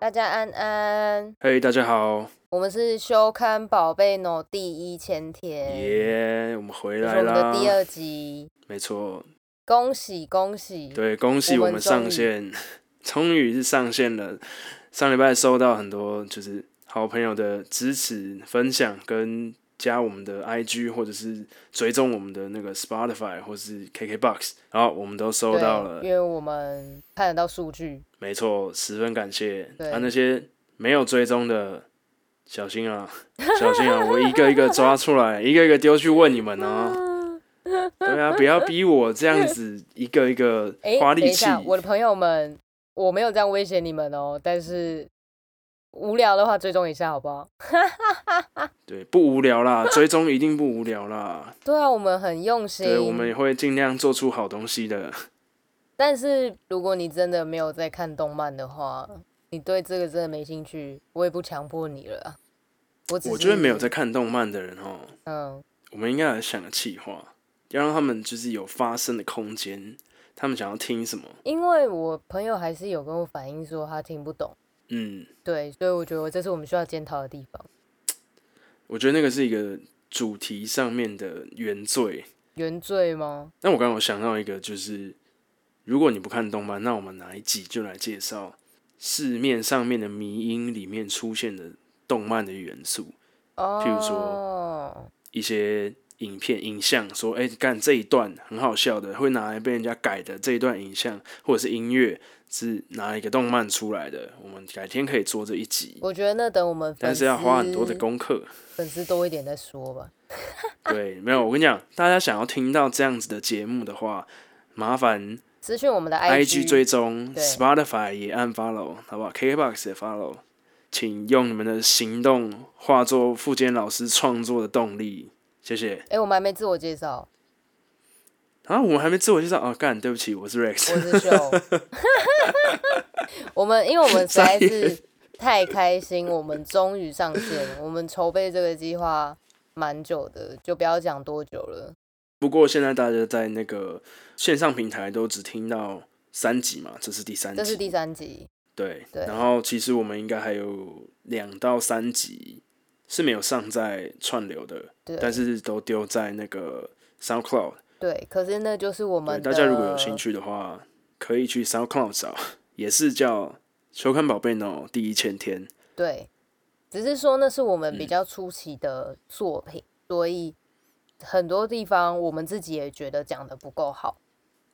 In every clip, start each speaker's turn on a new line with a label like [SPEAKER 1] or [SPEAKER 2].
[SPEAKER 1] 大家安安，
[SPEAKER 2] 嘿、大家好，
[SPEAKER 1] 我们是休刊宝贝 no 第一千天，
[SPEAKER 2] 耶、我们回
[SPEAKER 1] 这是
[SPEAKER 2] 来
[SPEAKER 1] 我们
[SPEAKER 2] 啦
[SPEAKER 1] 的，第二集，
[SPEAKER 2] 没错，
[SPEAKER 1] 恭喜恭喜！
[SPEAKER 2] 对，恭喜
[SPEAKER 1] 我
[SPEAKER 2] 我
[SPEAKER 1] 们
[SPEAKER 2] 们
[SPEAKER 1] 终
[SPEAKER 2] 上
[SPEAKER 1] 于
[SPEAKER 2] 线， 终于是上线了。上礼拜收到很多就是好朋友的支持、分享跟加我们的 IG 或者是追踪我们的那个 Spotify 或是 KKBox，然后我们都收
[SPEAKER 1] 对，
[SPEAKER 2] 到了
[SPEAKER 1] 因，为我们看得到数据，
[SPEAKER 2] 没错，十分感谢。
[SPEAKER 1] 对
[SPEAKER 2] 啊，那些没有追踪的，小心啊，小心啊！我一个一个抓出来，一个一个丢去问你们 哦。对啊，不要逼我这样子一个 一个
[SPEAKER 1] 哎，
[SPEAKER 2] 花
[SPEAKER 1] 等
[SPEAKER 2] 力
[SPEAKER 1] 一
[SPEAKER 2] 气。
[SPEAKER 1] 下，我的朋友们，我没有这样威胁你们哦，但是无聊的话追踪一下好不好？
[SPEAKER 2] 对，不无聊啦，追踪一定不无聊 啦。
[SPEAKER 1] 对啊，我们很用心，
[SPEAKER 2] 对，我们也会尽量做出好东西的。
[SPEAKER 1] 但是如果你真的没有在看动漫的话，你对这个真的没兴趣，我也不强迫你了啊。我只
[SPEAKER 2] 我觉得
[SPEAKER 1] 是
[SPEAKER 2] 没有在看动漫的人哦，
[SPEAKER 1] 嗯，
[SPEAKER 2] 我们应该来想个企划，要让他们就是有发声的空间，他们想要听什么，
[SPEAKER 1] 因为我朋友还是有跟我反映说他听不懂，
[SPEAKER 2] 嗯。
[SPEAKER 1] 对，所以我觉得这是我们需要检讨的地方。
[SPEAKER 2] 我觉得那个是一个主题上面的原罪。
[SPEAKER 1] 原罪吗？
[SPEAKER 2] 那我刚刚有想到一个，就是如果你不看动漫，那我们哪一集就来介绍市面上面的迷音里面出现的动漫的元素，
[SPEAKER 1] 哦，
[SPEAKER 2] 譬如说一些影片、影像，说哎，干、这一段很好笑的，会拿来被人家改的这一段影像或者是音乐是拿一个动漫出来的，我们改天可以做这一集，
[SPEAKER 1] 我觉得那等我们
[SPEAKER 2] 但
[SPEAKER 1] 粉
[SPEAKER 2] 是
[SPEAKER 1] 丝
[SPEAKER 2] 要花很多的功课。
[SPEAKER 1] 粉丝多一点再说吧。
[SPEAKER 2] 对，没有，我跟你讲，大家想要听到这样子的节目的话，麻烦
[SPEAKER 1] 私讯我们的
[SPEAKER 2] IG 追踪
[SPEAKER 1] 对
[SPEAKER 2] ，Spotify 也按 follow，好不好？KKBox 也 follow，请用你们的行动化作富坚老师创作的动力，谢谢。
[SPEAKER 1] 哎、我们还没自我介绍，
[SPEAKER 2] 啊，我们还没自我介绍啊，干，对不起，我是 Rex，
[SPEAKER 1] 我 是秀。 我们因为我们实在是太开心，我们终于上线。我们筹备这个计划蛮久的，就不要讲多久了。
[SPEAKER 2] 不过现在大家在那个线上平台都只听到三集嘛，这是第三
[SPEAKER 1] 这是
[SPEAKER 2] 集，
[SPEAKER 1] 第三集，
[SPEAKER 2] 对，
[SPEAKER 1] 对
[SPEAKER 2] 然后其实我们应该还有两到三集是没有上在串流的。
[SPEAKER 1] 对，
[SPEAKER 2] 但是都丢在那个 SoundCloud。
[SPEAKER 1] 对，可是那就是我
[SPEAKER 2] 对，
[SPEAKER 1] 们
[SPEAKER 2] 大家如果有
[SPEAKER 1] 的
[SPEAKER 2] 兴，趣的话，可以去 SoundCloud 找， 也是叫《球看宝贝》呢，第一千天。
[SPEAKER 1] 对，只是说那是我们比
[SPEAKER 2] 嗯
[SPEAKER 1] 较初期的作品，所以很多地方我们自己也觉得讲的不够好。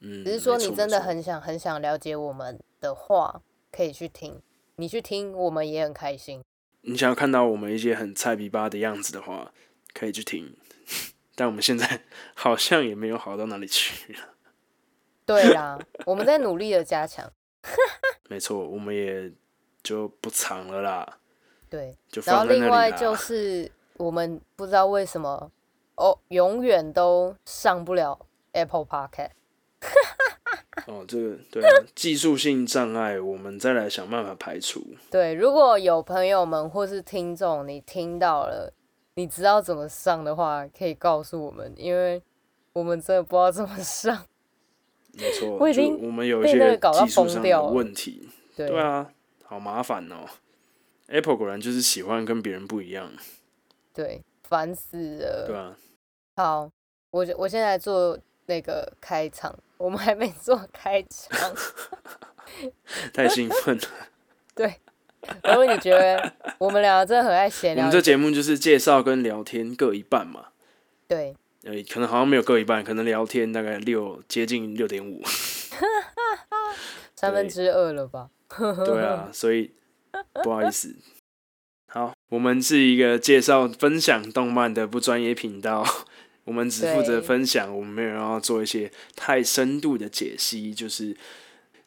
[SPEAKER 2] 嗯，
[SPEAKER 1] 只是说
[SPEAKER 2] 没错
[SPEAKER 1] 你真的
[SPEAKER 2] 没错
[SPEAKER 1] 很想很想了解我们的话，可以去听，你去听，我们也很开心。
[SPEAKER 2] 你想要看到我们一些很菜逼吧的样子的话，可以去听。 但我们现在好像也没有好到哪里去。
[SPEAKER 1] 对啦，我们在努力的加强。
[SPEAKER 2] 没错，我们也就不藏了啦，
[SPEAKER 1] 对，
[SPEAKER 2] 就
[SPEAKER 1] 然后
[SPEAKER 2] 放在那里
[SPEAKER 1] 另
[SPEAKER 2] 啦。
[SPEAKER 1] 外就是我们不知道为什么哦，永远都上不了 Apple Podcast。
[SPEAKER 2] 哦，这个对啊，技术性障碍，我们再来想办法排除。
[SPEAKER 1] 对，如果有朋友们或是听众你听到了，你知道怎么上的话，可以告诉我们，因为我们真的不知道怎么上。
[SPEAKER 2] 没 错，
[SPEAKER 1] 我已
[SPEAKER 2] 就
[SPEAKER 1] 经
[SPEAKER 2] 我们有一
[SPEAKER 1] 被那
[SPEAKER 2] 些
[SPEAKER 1] 个搞到
[SPEAKER 2] 技术
[SPEAKER 1] 疯
[SPEAKER 2] 上
[SPEAKER 1] 掉
[SPEAKER 2] 的
[SPEAKER 1] 了
[SPEAKER 2] 问题，
[SPEAKER 1] 对，
[SPEAKER 2] 对啊，好麻烦哦。Apple 果然就是喜欢跟别人不一样，
[SPEAKER 1] 对，烦死了。
[SPEAKER 2] 对啊，
[SPEAKER 1] 好，我我现在做那个开场，我们还没做开场。
[SPEAKER 2] 太兴奋了。
[SPEAKER 1] 如果你觉得我们俩真的很爱闲
[SPEAKER 2] 我
[SPEAKER 1] 聊
[SPEAKER 2] 们，这节目就是介绍跟聊天各一半嘛，
[SPEAKER 1] 对，
[SPEAKER 2] 呃，可能好像没有各一半，可能聊天大概六接近六点五，
[SPEAKER 1] 三分
[SPEAKER 2] 对
[SPEAKER 1] 之二了吧？
[SPEAKER 2] 对啊，所以不好意思。好，我们是一个介绍分享动漫的不专业频道， 我们只负责
[SPEAKER 1] 对
[SPEAKER 2] 分享，我们没有要做一些太深度的解析。就是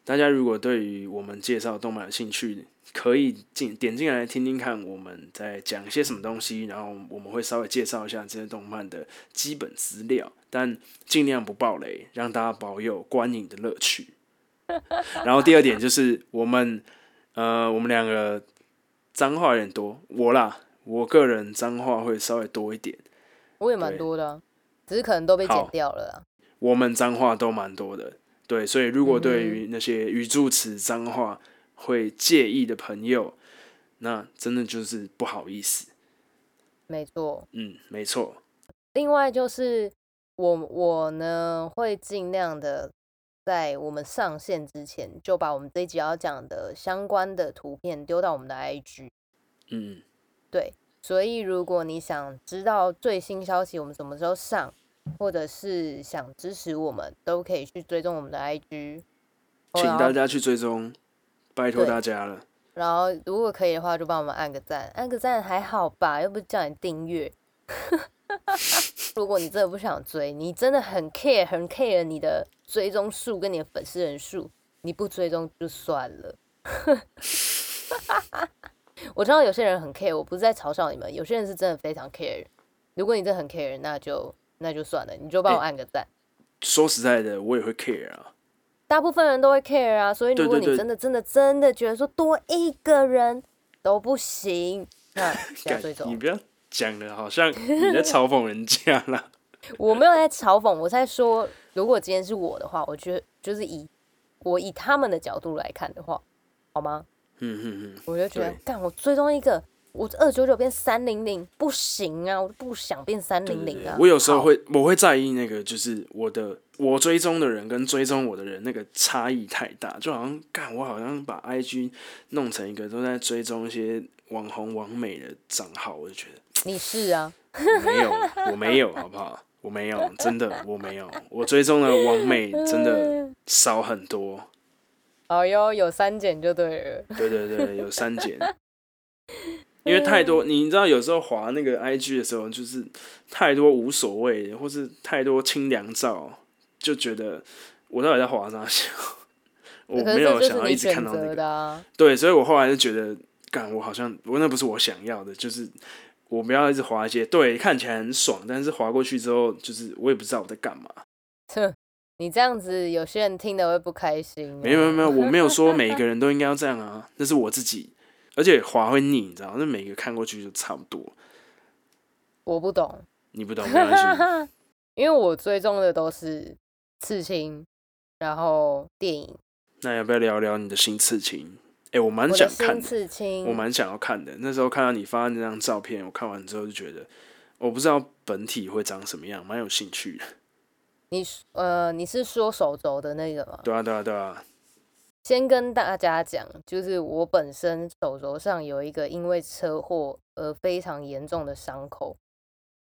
[SPEAKER 2] 大家如果对于我们介绍动漫有兴趣，可以进点进来听听看我们在讲一些什么东西，然后我们会稍微介绍一下这些动漫的基本资料，但尽量不爆雷，让大家保有观影的乐趣。 然后第二点就是我们呃，我们两个脏话有点多，我啦，我个人脏话会稍微多一点，
[SPEAKER 1] 我也蛮
[SPEAKER 2] 对
[SPEAKER 1] 多的啊、只是可能都被
[SPEAKER 2] 好
[SPEAKER 1] 剪掉了啦。
[SPEAKER 2] 我们脏话都蛮多的，对，所以如果对于那些语助词脏话会介意的朋友，那真的就是不好意思。
[SPEAKER 1] 没错。
[SPEAKER 2] 嗯，没错。
[SPEAKER 1] 另外就是我我呢会尽量的在我们上线之前，就把我们这一集要讲的相关的图片丢到我们的 IG。
[SPEAKER 2] 嗯，
[SPEAKER 1] 对，所以如果你想知道最新消息，我们什么时候上，或者是想支持我们，都可以去追踪我们的 IG。
[SPEAKER 2] 请
[SPEAKER 1] 哦然
[SPEAKER 2] 大
[SPEAKER 1] 后
[SPEAKER 2] 家去追踪，拜托
[SPEAKER 1] 对
[SPEAKER 2] 大家了。
[SPEAKER 1] 然后如果可以的话，就帮我们按个赞，按个赞还好吧，又不是叫你订阅。 如果你真的不想追，你真的很 care 很 care 你的追踪数跟你的粉丝人数，你不追踪就算了。 我知道有些人很 care，我不是在嘲笑你们，有些人是真的非常 care。如果你真的很 care，那就那就算了，你就帮我
[SPEAKER 2] 哎
[SPEAKER 1] 按个赞。
[SPEAKER 2] 说实在的，我也会 care 啊。
[SPEAKER 1] 大部分人都会 care 啊，所以
[SPEAKER 2] 对
[SPEAKER 1] 如果
[SPEAKER 2] 对
[SPEAKER 1] 你
[SPEAKER 2] 对
[SPEAKER 1] 真的真的真的觉得说多一个人都不行， 那不要
[SPEAKER 2] 干
[SPEAKER 1] 追
[SPEAKER 2] 你
[SPEAKER 1] 踪。
[SPEAKER 2] 不要讲的好像你在嘲讽人家啦。
[SPEAKER 1] 我没有在嘲讽，我在说，如果今天是我的话，我觉得就是以我以他们的角度来看的话，好吗？
[SPEAKER 2] 嗯嗯嗯，
[SPEAKER 1] 我就觉得
[SPEAKER 2] 对，
[SPEAKER 1] 干我追踪一个，我二九九变三零零不行啊，我就不想变三
[SPEAKER 2] 对
[SPEAKER 1] 零
[SPEAKER 2] 对
[SPEAKER 1] 零
[SPEAKER 2] 对
[SPEAKER 1] 啊。，
[SPEAKER 2] 我有时候
[SPEAKER 1] 好
[SPEAKER 2] 会我会在意那个，就是我的我追踪的人跟追踪我的人那个差异太大，就好像干我好像把 IG 弄成一个都在追踪一些网红网美的账号，我就觉得
[SPEAKER 1] 你是啊，
[SPEAKER 2] 没有，我没有，好不好？我没有，真的我没有，我追踪的网美真的少很多。
[SPEAKER 1] 好哟，哎有删减就对了。
[SPEAKER 2] 对对对，有 删减。因为太
[SPEAKER 1] 嗯
[SPEAKER 2] 多，你知道有时候滑那个 IG 的时候，就是太多无所谓的，或是太多清凉照，就觉得我到底在滑啥笑？我
[SPEAKER 1] 可
[SPEAKER 2] 没
[SPEAKER 1] 是
[SPEAKER 2] 有
[SPEAKER 1] 这就
[SPEAKER 2] 想
[SPEAKER 1] 是
[SPEAKER 2] 要一
[SPEAKER 1] 你
[SPEAKER 2] 直
[SPEAKER 1] 选
[SPEAKER 2] 看到那
[SPEAKER 1] 择
[SPEAKER 2] 个。
[SPEAKER 1] 的啊。
[SPEAKER 2] 对，所以我后来就觉得，干，我好像我那不是我想要的，就是我不要一直滑一些，对，看起来很爽，但是滑过去之后，就是我也不知道我在干嘛。
[SPEAKER 1] 哼，你这样子，有些人听的会不开心、啊
[SPEAKER 2] 没有没有没有，我没有说每一个人都应该要这样啊，那是我自己，而且滑会腻，你知道，那每个看过去就差不多，
[SPEAKER 1] 我不懂，
[SPEAKER 2] 你不懂没关系。
[SPEAKER 1] 因为我追踪的都是刺青，然后电影，
[SPEAKER 2] 那要不要聊聊你的新刺青？哎、我蛮
[SPEAKER 1] 我
[SPEAKER 2] 想
[SPEAKER 1] 的
[SPEAKER 2] 看
[SPEAKER 1] 新
[SPEAKER 2] 的，
[SPEAKER 1] 刺青，
[SPEAKER 2] 我蛮想要看的。那时候看到你发的那张照片，我看完之后就觉得，我不知道本体会长什么样，蛮有兴 趣的。
[SPEAKER 1] 你是呃，你是说手肘的那个吗？
[SPEAKER 2] 对啊，对啊，对啊，
[SPEAKER 1] 先跟大家讲，就是我本身手肘上有一个因为车祸而非常严重的伤口，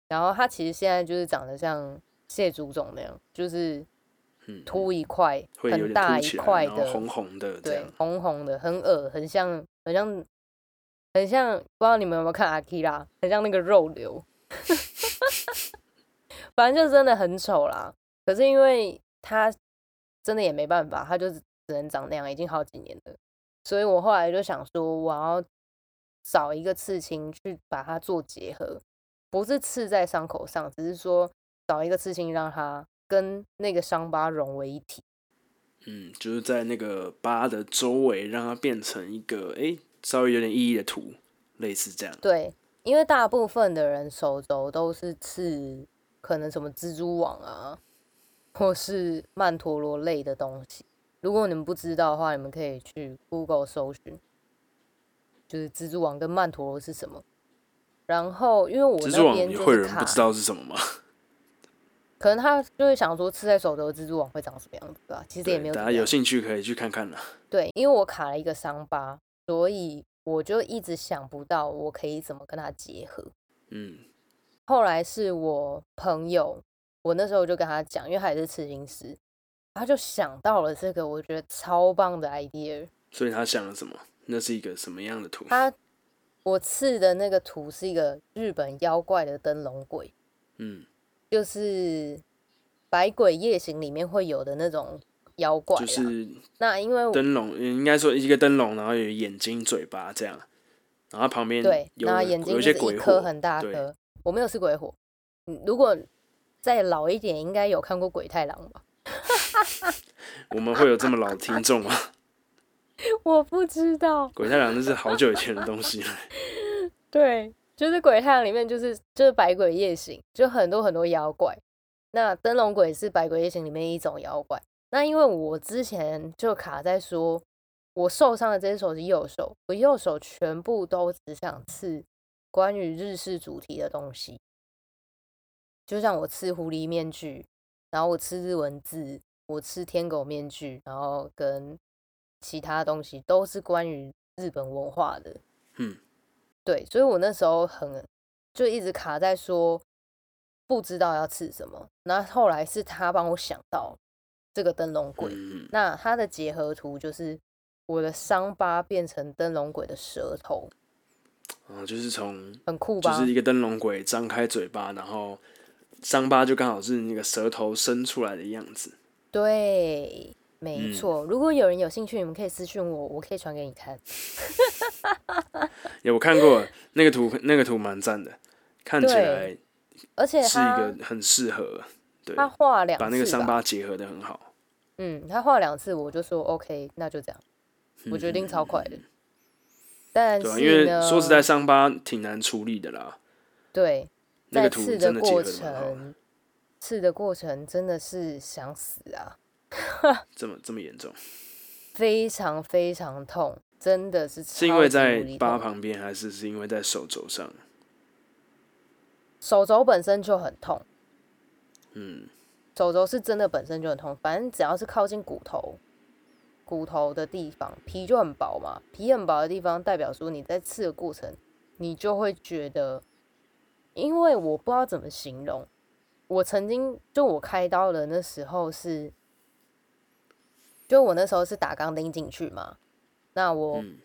[SPEAKER 1] 然后它其实现在就是长得像蟹足肿那样，就是
[SPEAKER 2] 嗯，
[SPEAKER 1] 凸一块
[SPEAKER 2] 会有
[SPEAKER 1] 很
[SPEAKER 2] 点
[SPEAKER 1] 大
[SPEAKER 2] 凸
[SPEAKER 1] 一
[SPEAKER 2] 起来，
[SPEAKER 1] 块
[SPEAKER 2] 然后
[SPEAKER 1] 的
[SPEAKER 2] 红红的这
[SPEAKER 1] 对
[SPEAKER 2] 样。，
[SPEAKER 1] 红红的，很恶，很像，很像，很像，不知道你们有没有看阿基拉，很像那个肉瘤， 反正就真的很丑啦。可是因为它真的也没办法，它就是只能长那样，已经好几年了。所以我后来就想说，我要找一个刺青去把它做结合，不是刺在伤口上，只是说找一个刺青让它跟那个伤疤融为一体。
[SPEAKER 2] 嗯，就是在那个疤的周围，让它变成一个哎、诶稍微有点意义的图，类似这样。
[SPEAKER 1] 对，因为大部分的人手肘都是刺，可能什么蜘蛛网啊，或是曼陀罗类的东西。如果你们不知道的话，你们可以去 Google 搜寻，就是蜘蛛网跟曼陀罗是什么。然后，因为我
[SPEAKER 2] 蜘蛛
[SPEAKER 1] 那
[SPEAKER 2] 网
[SPEAKER 1] 边就
[SPEAKER 2] 会有
[SPEAKER 1] 是
[SPEAKER 2] 人
[SPEAKER 1] 卡
[SPEAKER 2] 不，知道是什么吗？
[SPEAKER 1] 可能他就会想说，刺在手肘的蜘蛛网会长什么样子吧？其实也
[SPEAKER 2] 对
[SPEAKER 1] 没，有怎
[SPEAKER 2] 大
[SPEAKER 1] 么
[SPEAKER 2] 家有
[SPEAKER 1] 样。
[SPEAKER 2] 兴趣可以去看看啦。
[SPEAKER 1] 对，因为我卡了一个伤疤，所以我就一直想不到我可以怎么跟它结合。
[SPEAKER 2] 嗯，
[SPEAKER 1] 后来是我朋友，我那时候就跟他讲，因为他也是刺青师，他就想到了这个，我觉得超棒的 idea。
[SPEAKER 2] 所以他想了什么？那是一个什么样的图？
[SPEAKER 1] 他我刺的那个图是一个日本妖怪的灯笼鬼，
[SPEAKER 2] 嗯，
[SPEAKER 1] 就是《百鬼夜行》里面会有的那种妖怪啦。
[SPEAKER 2] 就是
[SPEAKER 1] 那因为我
[SPEAKER 2] 灯笼，应该说一个灯笼，然后有眼睛、嘴巴这样，然后旁边
[SPEAKER 1] 对，
[SPEAKER 2] 有
[SPEAKER 1] 然后眼睛
[SPEAKER 2] 有
[SPEAKER 1] 就
[SPEAKER 2] 些
[SPEAKER 1] 是
[SPEAKER 2] 鬼
[SPEAKER 1] 一
[SPEAKER 2] 火
[SPEAKER 1] 颗，很大
[SPEAKER 2] 对
[SPEAKER 1] 颗。我没有吃鬼火，嗯如果再老一点，应该有看过《鬼太郎》吧？
[SPEAKER 2] 我们会有这么老的听众吗？
[SPEAKER 1] 我不知道。
[SPEAKER 2] 鬼太郎那是好久以前的东西了。
[SPEAKER 1] 对，就是《鬼太郎》里面就是就是《百鬼夜行》，就很多很多妖怪。那灯笼鬼是《百鬼夜行》里面一种妖怪。那因为我之前就卡在说，我受伤的这只手是右手，我右手全部都只想刺关于日式主题的东西，就像我吃狐狸面具，然后我吃日文字，我吃天狗面具，然后跟其他东西都是关于日本文化的。
[SPEAKER 2] 嗯，
[SPEAKER 1] 对，所以我那时候很就一直卡在说不知道要吃什么，然后后来是他帮我想到这个灯笼鬼，
[SPEAKER 2] 嗯
[SPEAKER 1] 那它的结合图就是我的伤疤变成灯笼鬼的舌头，
[SPEAKER 2] 啊，就是从
[SPEAKER 1] 很酷
[SPEAKER 2] 就
[SPEAKER 1] 吧？
[SPEAKER 2] 是一个灯笼鬼张开嘴巴，然后伤疤就刚好是那个舌头伸出来的样子。
[SPEAKER 1] 对，没
[SPEAKER 2] 嗯
[SPEAKER 1] 错。如果有人有兴趣，你们可以私信我，我可以传给你看。
[SPEAKER 2] 有我看过 那个图，那个图蛮赞的，看起
[SPEAKER 1] 对
[SPEAKER 2] 来
[SPEAKER 1] 而且
[SPEAKER 2] 是
[SPEAKER 1] 他
[SPEAKER 2] 一个很适合，对，
[SPEAKER 1] 他画两次
[SPEAKER 2] 把那个伤
[SPEAKER 1] 吧，
[SPEAKER 2] 疤结合的很好。
[SPEAKER 1] 嗯，他画两次，我就说 OK，那就这样，我决定超快的。但
[SPEAKER 2] 对啊，
[SPEAKER 1] 是
[SPEAKER 2] 因为
[SPEAKER 1] 呢，
[SPEAKER 2] 说实在，伤疤挺难处理的啦。
[SPEAKER 1] 对，
[SPEAKER 2] 那个
[SPEAKER 1] 在
[SPEAKER 2] 图
[SPEAKER 1] 刺
[SPEAKER 2] 真的结
[SPEAKER 1] 过
[SPEAKER 2] 合的蛮好的，
[SPEAKER 1] 程，刺的过程真的是想死啊，
[SPEAKER 2] 这么这么严重，
[SPEAKER 1] 非常非常痛，真的是
[SPEAKER 2] 是因为
[SPEAKER 1] 超级
[SPEAKER 2] 在
[SPEAKER 1] 无敌
[SPEAKER 2] 疤
[SPEAKER 1] 痛
[SPEAKER 2] 旁边，还是是因为在手肘上？
[SPEAKER 1] 手肘本身就很痛，
[SPEAKER 2] 嗯，
[SPEAKER 1] 手肘是真的本身就很痛，反正只要是靠近骨头，骨头的地方，皮就很薄嘛，皮很薄的地方代表说你在刺的过程，你就会觉得，因为我不知道怎么形容，我曾经就我开刀的那时候是，就我那时候是打钢钉进去嘛，那我
[SPEAKER 2] 嗯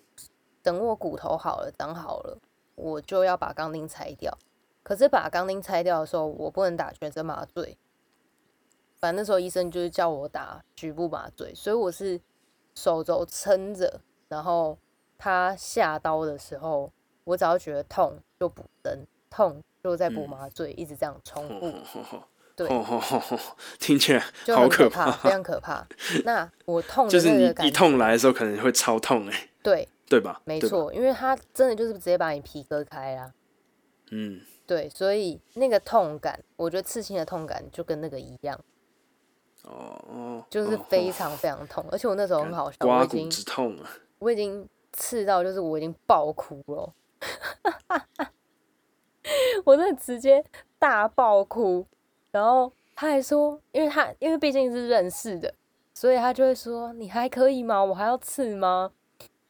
[SPEAKER 1] 等我骨头好了长好了，我就要把钢钉拆掉。可是把钢钉拆掉的时候，我不能打全身麻醉，反正那时候医生就是叫我打局部麻醉，所以我是手肘撑着，然后他下刀的时候，我只要觉得痛就补针，痛就再补
[SPEAKER 2] 嗯
[SPEAKER 1] 麻醉，一直这样重
[SPEAKER 2] 吼
[SPEAKER 1] 复。
[SPEAKER 2] 吼哦吼吼
[SPEAKER 1] 嗯对
[SPEAKER 2] 吼吼吼吼吼，听起来
[SPEAKER 1] 就
[SPEAKER 2] 好
[SPEAKER 1] 很可
[SPEAKER 2] 可
[SPEAKER 1] 怕，非常可 怕。那我痛
[SPEAKER 2] 就
[SPEAKER 1] 的
[SPEAKER 2] 是
[SPEAKER 1] 那个
[SPEAKER 2] 你一
[SPEAKER 1] 感觉，
[SPEAKER 2] 痛来的时候可能会超痛哎、
[SPEAKER 1] 对，
[SPEAKER 2] 对吧？
[SPEAKER 1] 没
[SPEAKER 2] 对吧，
[SPEAKER 1] 错，因为它真的就是直接把你皮割开啦。
[SPEAKER 2] 嗯，
[SPEAKER 1] 对，所以那个痛感，我觉得刺青的痛感就跟那个一样，
[SPEAKER 2] 哦哦，
[SPEAKER 1] 就是
[SPEAKER 2] 哦
[SPEAKER 1] 非
[SPEAKER 2] 哦
[SPEAKER 1] 常非常痛。而且我那时候很好笑，我
[SPEAKER 2] 刮
[SPEAKER 1] 已
[SPEAKER 2] 骨
[SPEAKER 1] 经
[SPEAKER 2] 之痛啊，
[SPEAKER 1] 我已经刺到，就是我已经爆哭了， 我真的直接大爆哭。然后他还说，因为他因为毕竟是认识的，所以他就会说：“你还可以吗？我还要刺吗？”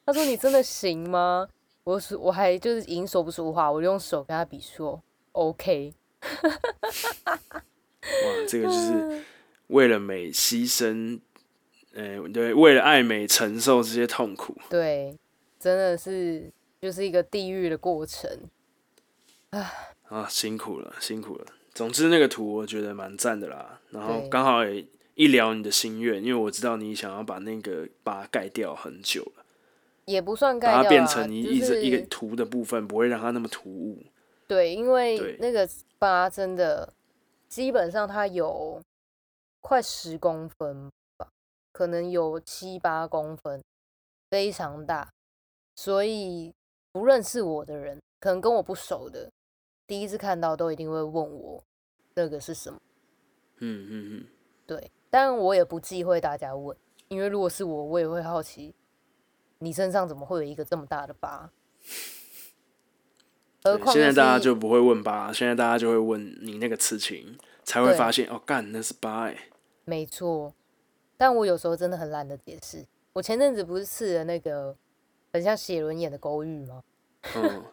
[SPEAKER 1] 他说：“你真的行吗？”我说：“我还就是已经说不出话，我就用手跟他比说 OK。
[SPEAKER 2] 哇，这个就是 为了美牺牲，呃，对，为了爱美承受这些痛苦，”
[SPEAKER 1] 对，真的是就是一个地狱的过程。
[SPEAKER 2] 啊，辛苦了，辛苦了。总之，那个图我觉得蛮赞的啦。然后
[SPEAKER 1] 对
[SPEAKER 2] 刚好也一聊你的心愿，因为我知道你想要把那个疤盖掉很久了，
[SPEAKER 1] 也不算盖
[SPEAKER 2] 把它
[SPEAKER 1] 掉
[SPEAKER 2] 变
[SPEAKER 1] 啦
[SPEAKER 2] 成一
[SPEAKER 1] 就
[SPEAKER 2] 一直一个
[SPEAKER 1] 是
[SPEAKER 2] 图的部分，不会让它那么突兀。
[SPEAKER 1] 对，因为
[SPEAKER 2] 对
[SPEAKER 1] 那个疤真的基本上它有快十公分吧，可能有七八公分，非常大。所以不认识我的人，可能跟我不熟的，第一次看到都一定会问我那个是什么。
[SPEAKER 2] 嗯嗯嗯，
[SPEAKER 1] 对，但我也不忌讳大家问，因为如果是我，我也会好奇你身上怎么会有一个这么大的疤。何
[SPEAKER 2] 对
[SPEAKER 1] 况
[SPEAKER 2] 现在
[SPEAKER 1] 又
[SPEAKER 2] 大家
[SPEAKER 1] 是
[SPEAKER 2] 就不会问疤，现在大家就会问你那个刺青，才会
[SPEAKER 1] 对
[SPEAKER 2] 发现哦，干那是 疤哎、
[SPEAKER 1] 没错，但我有时候真的很懒得解释。我前阵子不是刺了那个很像写轮眼的勾玉吗？
[SPEAKER 2] 嗯，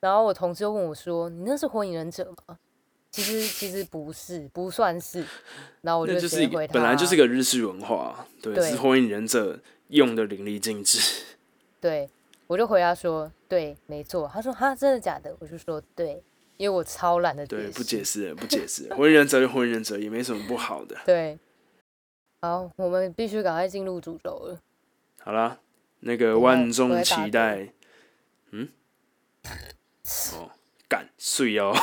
[SPEAKER 1] 然后我同事就问我说：“你那是火影忍者吗？”其实其实不是，不算是。然后我
[SPEAKER 2] 那
[SPEAKER 1] 直
[SPEAKER 2] 是一
[SPEAKER 1] 接
[SPEAKER 2] 个
[SPEAKER 1] 回他，啊
[SPEAKER 2] 本来就是一个日式文化，对，
[SPEAKER 1] 对
[SPEAKER 2] 是火影忍者用的淋漓尽致。
[SPEAKER 1] 对，我就回他说：“对，没错。”他说：“哈，真的假的？”我就说：“对，因为我超懒得
[SPEAKER 2] 对，
[SPEAKER 1] 释。
[SPEAKER 2] 不解释了，不解释了，火影忍者就火影忍者，也没什么不好的。
[SPEAKER 1] 对，好，我们必须赶快进入主轴了。
[SPEAKER 2] 好啦，那个
[SPEAKER 1] 等一下
[SPEAKER 2] 万
[SPEAKER 1] 我
[SPEAKER 2] 众
[SPEAKER 1] 在打
[SPEAKER 2] 期
[SPEAKER 1] 嗝
[SPEAKER 2] 待，嗯，哦，干碎哦，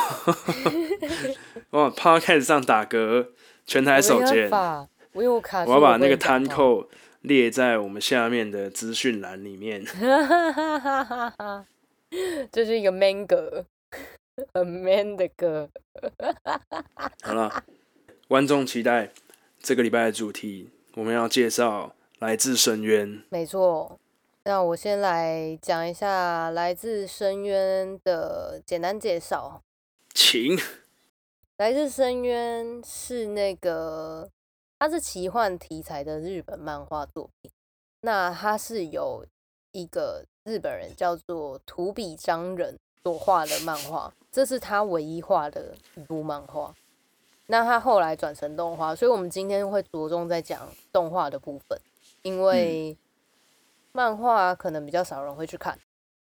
[SPEAKER 2] 哇，Podcast 上打嗝，全台
[SPEAKER 1] 我
[SPEAKER 2] 首
[SPEAKER 1] 没办
[SPEAKER 2] 见，
[SPEAKER 1] 法，我因为我卡住
[SPEAKER 2] 我要把
[SPEAKER 1] 不
[SPEAKER 2] 那个
[SPEAKER 1] 能讲
[SPEAKER 2] 摊
[SPEAKER 1] 话
[SPEAKER 2] 扣列在我们下面的资讯栏里面。
[SPEAKER 1] 哈哈哈哈！ 这是一个 man 歌，很 man 的歌。
[SPEAKER 2] 好了，万众期待这个礼拜的主题，我们要介绍来自深渊。
[SPEAKER 1] 没错，那我先来讲一下来自深渊的简单介绍。
[SPEAKER 2] 请
[SPEAKER 1] 来自深渊是那个，它是奇幻题材的日本漫画作品。那它是有一个日本人叫做土比章人所画的漫画，这是他唯一画的一部漫画。那他后来转成动画，所以我们今天会着重在讲动画的部分，因为漫画可能比较少人会去看。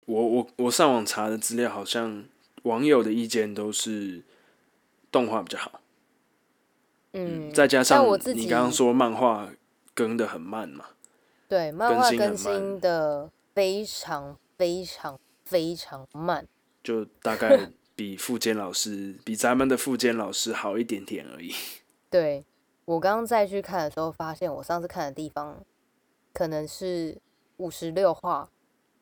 [SPEAKER 2] 我我我上网查的资料，好像网友的意见都是动画比较好。
[SPEAKER 1] 嗯，
[SPEAKER 2] 再加上
[SPEAKER 1] 但我自己
[SPEAKER 2] 你刚刚说漫画更的很慢嘛，
[SPEAKER 1] 对，漫画
[SPEAKER 2] 更
[SPEAKER 1] 更
[SPEAKER 2] 新很慢
[SPEAKER 1] 新的非常非常非常慢。
[SPEAKER 2] 就 大概比富坚老师比咱们的富坚老师好一点点而已。
[SPEAKER 1] 对我刚刚再去看的时候，发现我上次看的地方可能是五十六话，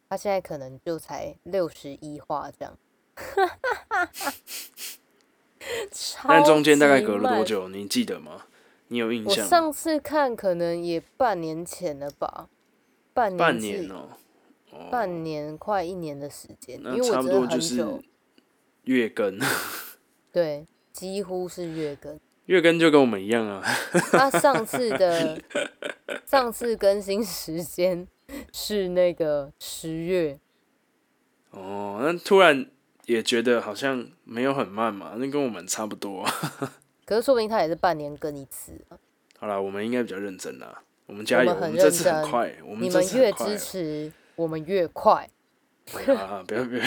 [SPEAKER 1] 他现在可能就才六十一话这 样。
[SPEAKER 2] 但中间大
[SPEAKER 1] 超
[SPEAKER 2] 概
[SPEAKER 1] 级
[SPEAKER 2] 隔了多
[SPEAKER 1] 慢？
[SPEAKER 2] 久，你记得吗？你有印
[SPEAKER 1] 我
[SPEAKER 2] 象吗？
[SPEAKER 1] 上次看可能也半年前了吧，半年
[SPEAKER 2] 半
[SPEAKER 1] 至
[SPEAKER 2] 年哦、哦，
[SPEAKER 1] 半年快一年的时间，因
[SPEAKER 2] 那
[SPEAKER 1] 为我
[SPEAKER 2] 差
[SPEAKER 1] 真
[SPEAKER 2] 不
[SPEAKER 1] 的
[SPEAKER 2] 多
[SPEAKER 1] 很久，
[SPEAKER 2] 就是月更，
[SPEAKER 1] 对，几乎是月更。
[SPEAKER 2] 月更就跟我们一样啊。
[SPEAKER 1] 他上次 的上次更新时间是那个十月，
[SPEAKER 2] 哦，那突然也觉得好像没有很慢嘛，那跟我们差不多、啊。
[SPEAKER 1] 可是说不定他也是半年更一次啊、
[SPEAKER 2] 好啦，我们应该比较认真啦，我们加油，
[SPEAKER 1] 我
[SPEAKER 2] 我
[SPEAKER 1] 们很
[SPEAKER 2] 们这次
[SPEAKER 1] 认
[SPEAKER 2] 很
[SPEAKER 1] 真
[SPEAKER 2] 快，我
[SPEAKER 1] 你
[SPEAKER 2] 们这
[SPEAKER 1] 们
[SPEAKER 2] 次
[SPEAKER 1] 越
[SPEAKER 2] 很快
[SPEAKER 1] 支
[SPEAKER 2] 哦。
[SPEAKER 1] 持，我们越快。
[SPEAKER 2] 啊，不要不要，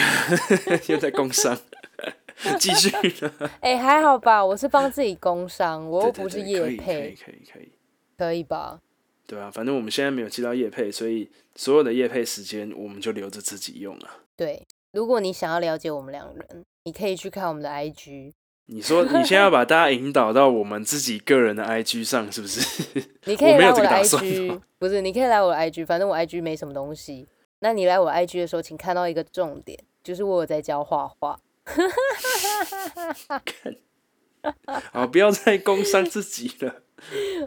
[SPEAKER 2] 又在工伤， 继 续啦。
[SPEAKER 1] 哎、还好吧，我是帮自己工商，我又
[SPEAKER 2] 对对
[SPEAKER 1] 哦不是
[SPEAKER 2] 对
[SPEAKER 1] 叶
[SPEAKER 2] 可以可以
[SPEAKER 1] 配，
[SPEAKER 2] 可以可以，
[SPEAKER 1] 可以吧？
[SPEAKER 2] 对啊，反正我们现在没有接到叶配，所以所有的叶配时间我们就留着自己用啊。
[SPEAKER 1] 对，如果你想要了解我们两人，你可以去看我们的 IG，
[SPEAKER 2] 你说你现在要把大家引导到我们自己个人的 IG 上，是不是？
[SPEAKER 1] 你可以
[SPEAKER 2] 我没
[SPEAKER 1] 来
[SPEAKER 2] 有
[SPEAKER 1] 我
[SPEAKER 2] 这
[SPEAKER 1] 的
[SPEAKER 2] 个打算
[SPEAKER 1] IG，不是，你可以来我的 IG，反正我 IG 没什么东西。那你来我 IG 的时候，请看到一个重点，就是我有在教画画。
[SPEAKER 2] 好，不要再工伤自己了。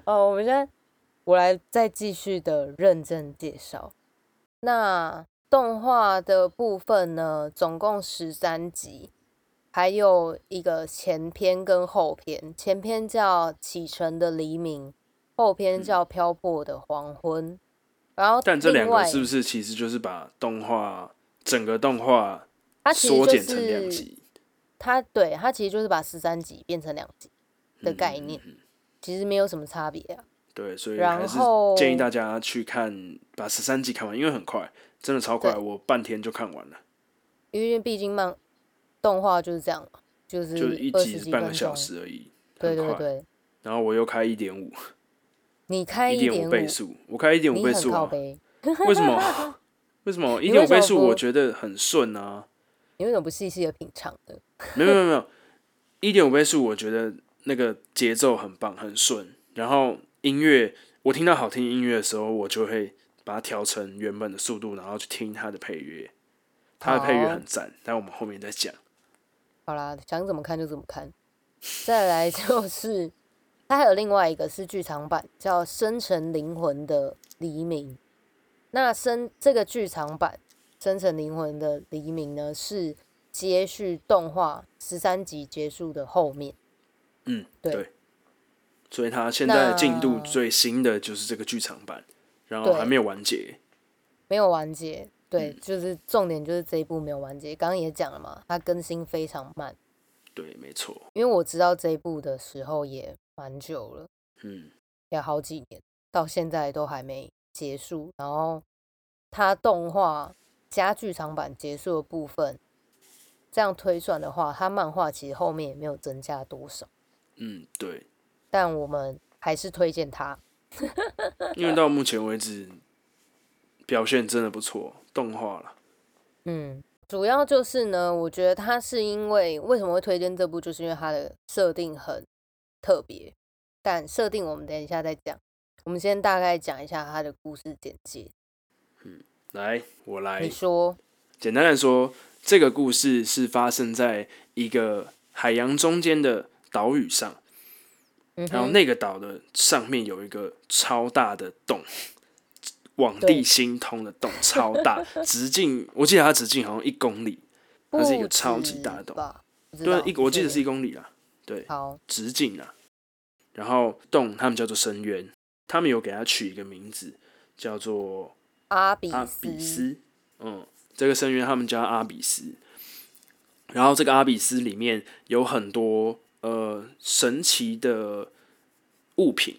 [SPEAKER 1] 哦，我们现在我来再继续的认真介绍。那动画的部分呢，总共十三集，还有一个前篇跟后篇。前篇叫《启程的黎明》，后篇叫《漂泊的黄昏》。然后，
[SPEAKER 2] 嗯但这两
[SPEAKER 1] 另
[SPEAKER 2] 个
[SPEAKER 1] 外，
[SPEAKER 2] 是不是其实就是把动画整个动画
[SPEAKER 1] 它其实
[SPEAKER 2] 缩
[SPEAKER 1] 就
[SPEAKER 2] 减成两
[SPEAKER 1] 是
[SPEAKER 2] 集？
[SPEAKER 1] 它对它其实就是把十三集变成两集的概
[SPEAKER 2] 嗯
[SPEAKER 1] 念，其实没有什么差别啊。
[SPEAKER 2] 对，所以
[SPEAKER 1] 然
[SPEAKER 2] 还是
[SPEAKER 1] 后
[SPEAKER 2] 建议大家去看，把十三集看完，因为很快，真的超快，
[SPEAKER 1] 对
[SPEAKER 2] 我半天就看完了，
[SPEAKER 1] 因为毕竟漫动画就是这样嘛，就是
[SPEAKER 2] 就是一
[SPEAKER 1] 嗯二十
[SPEAKER 2] 集
[SPEAKER 1] 几
[SPEAKER 2] 半
[SPEAKER 1] 分
[SPEAKER 2] 个小
[SPEAKER 1] 钟。
[SPEAKER 2] 时而已，
[SPEAKER 1] 对
[SPEAKER 2] 很
[SPEAKER 1] 对
[SPEAKER 2] 快。
[SPEAKER 1] 对，
[SPEAKER 2] 然后我又开一点五，
[SPEAKER 1] 你开
[SPEAKER 2] 一
[SPEAKER 1] 一
[SPEAKER 2] 五
[SPEAKER 1] 五，
[SPEAKER 2] 倍速，我开一点五
[SPEAKER 1] 你
[SPEAKER 2] 倍
[SPEAKER 1] 很
[SPEAKER 2] 速
[SPEAKER 1] 靠
[SPEAKER 2] 啊？
[SPEAKER 1] 背，
[SPEAKER 2] 为什么？为什么一
[SPEAKER 1] 你为
[SPEAKER 2] 点五
[SPEAKER 1] 什么
[SPEAKER 2] 倍速？
[SPEAKER 1] 不
[SPEAKER 2] 我觉得很顺啊。
[SPEAKER 1] 你为什么不细细的品尝呢？
[SPEAKER 2] 没有没有没有，一点五倍速，我觉得那个节奏很棒，很顺。然后音乐，我听到好听音乐的时候，我就会把它调成原本的速度，然后去听它的配乐。它的配乐
[SPEAKER 1] 好
[SPEAKER 2] 很赞，但我们后面再讲。
[SPEAKER 1] 好啦，想怎么看就怎么看。再来就是，它还有另外一个是剧场版，叫《深沉灵魂的黎明》。那深这个剧场版《深沉灵魂的黎明》呢，是接续动画十三集结束的后面。
[SPEAKER 2] 嗯，
[SPEAKER 1] 对
[SPEAKER 2] 所以它现在的进度
[SPEAKER 1] 那
[SPEAKER 2] 最新的就是这个剧场版，然后
[SPEAKER 1] 对
[SPEAKER 2] 还没有完结。
[SPEAKER 1] 没有完结，对，就是重点就是这一部没有完结。刚刚也讲了嘛，它更新非常慢，
[SPEAKER 2] 对，没错。
[SPEAKER 1] 因为我知道这一部的时候也蛮久了，
[SPEAKER 2] 嗯，
[SPEAKER 1] 也好几年，到现在都还没结束。然后它动画加剧场版结束的部分，这样推算的话，它漫画其实后面也没有增加多少，
[SPEAKER 2] 嗯， 对，
[SPEAKER 1] 但我们还是推荐它。
[SPEAKER 2] 因为到目前为止表现真的不错，动画了。
[SPEAKER 1] 嗯，主要就是呢，我觉得它是因为为什么会推荐这部，就是因为它的设定很特别。但设定我们等一下再讲，我们先大概讲一下它的故事简介。
[SPEAKER 2] 来，我来
[SPEAKER 1] 你说，
[SPEAKER 2] 简单来说，这个故事是发生在一个海洋中间的岛屿上，
[SPEAKER 1] 嗯
[SPEAKER 2] 然后
[SPEAKER 1] 哼，
[SPEAKER 2] 那个岛的上面有一个超大的洞，往
[SPEAKER 1] 对
[SPEAKER 2] 地心通的洞超大，直径我记得它直径好像一公里，它是一个
[SPEAKER 1] 不
[SPEAKER 2] 超级
[SPEAKER 1] 止
[SPEAKER 2] 大的洞
[SPEAKER 1] 吧？不知
[SPEAKER 2] 对啊
[SPEAKER 1] 道，
[SPEAKER 2] 一我记得
[SPEAKER 1] 对
[SPEAKER 2] 是一公里啦，对，
[SPEAKER 1] 好，
[SPEAKER 2] 直径啊。然后洞他们叫做深渊，他们有给它取一个名字，叫做
[SPEAKER 1] 阿比
[SPEAKER 2] 阿比斯，嗯，这个深渊他们叫阿比斯。然后这个阿比斯里面有很多呃神奇的物品，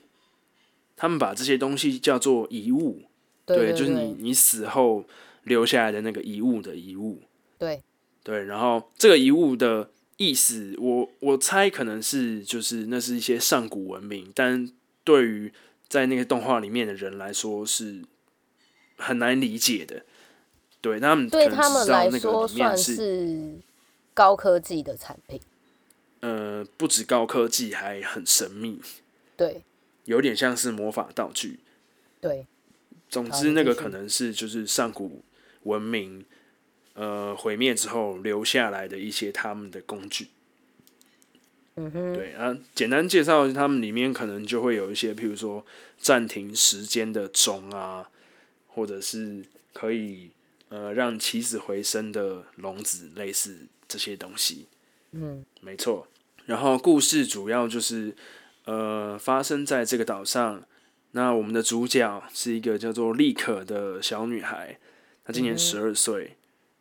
[SPEAKER 2] 他们把这些东西叫做遗物，
[SPEAKER 1] 对
[SPEAKER 2] 就是
[SPEAKER 1] 对
[SPEAKER 2] 你你死后留下来的那个遗物的遗物，
[SPEAKER 1] 对
[SPEAKER 2] 对。然后这个遗物的意思，我我猜可能是就是那是一些上古文明，但对于在那个动画里面的人来说是很难理解的。对，那他们
[SPEAKER 1] 对
[SPEAKER 2] 可能
[SPEAKER 1] 他
[SPEAKER 2] 只
[SPEAKER 1] 们
[SPEAKER 2] 知道
[SPEAKER 1] 来
[SPEAKER 2] 那个
[SPEAKER 1] 说
[SPEAKER 2] 里面
[SPEAKER 1] 算
[SPEAKER 2] 是
[SPEAKER 1] 是高科技的产品，
[SPEAKER 2] 呃，不止高科技，还很神秘，
[SPEAKER 1] 对
[SPEAKER 2] 有点像是魔法道具。
[SPEAKER 1] 对
[SPEAKER 2] 总
[SPEAKER 1] 好
[SPEAKER 2] 之，
[SPEAKER 1] 你
[SPEAKER 2] 那
[SPEAKER 1] 继
[SPEAKER 2] 个
[SPEAKER 1] 续
[SPEAKER 2] 可能是就是上古文明呃毁灭之后留下来的一些他们的工具。
[SPEAKER 1] 嗯哼，
[SPEAKER 2] 对啊，简单介绍他们里面可能就会有一些，譬如说暂停时间的钟啊，或者是可以呃让起死回生的笼子，类似这些东西。
[SPEAKER 1] 嗯，
[SPEAKER 2] 没错。然后故事主要就是呃发生在这个岛上。那我们的主角是一个叫做丽可的小女孩，她今年
[SPEAKER 1] 嗯
[SPEAKER 2] 十二岁，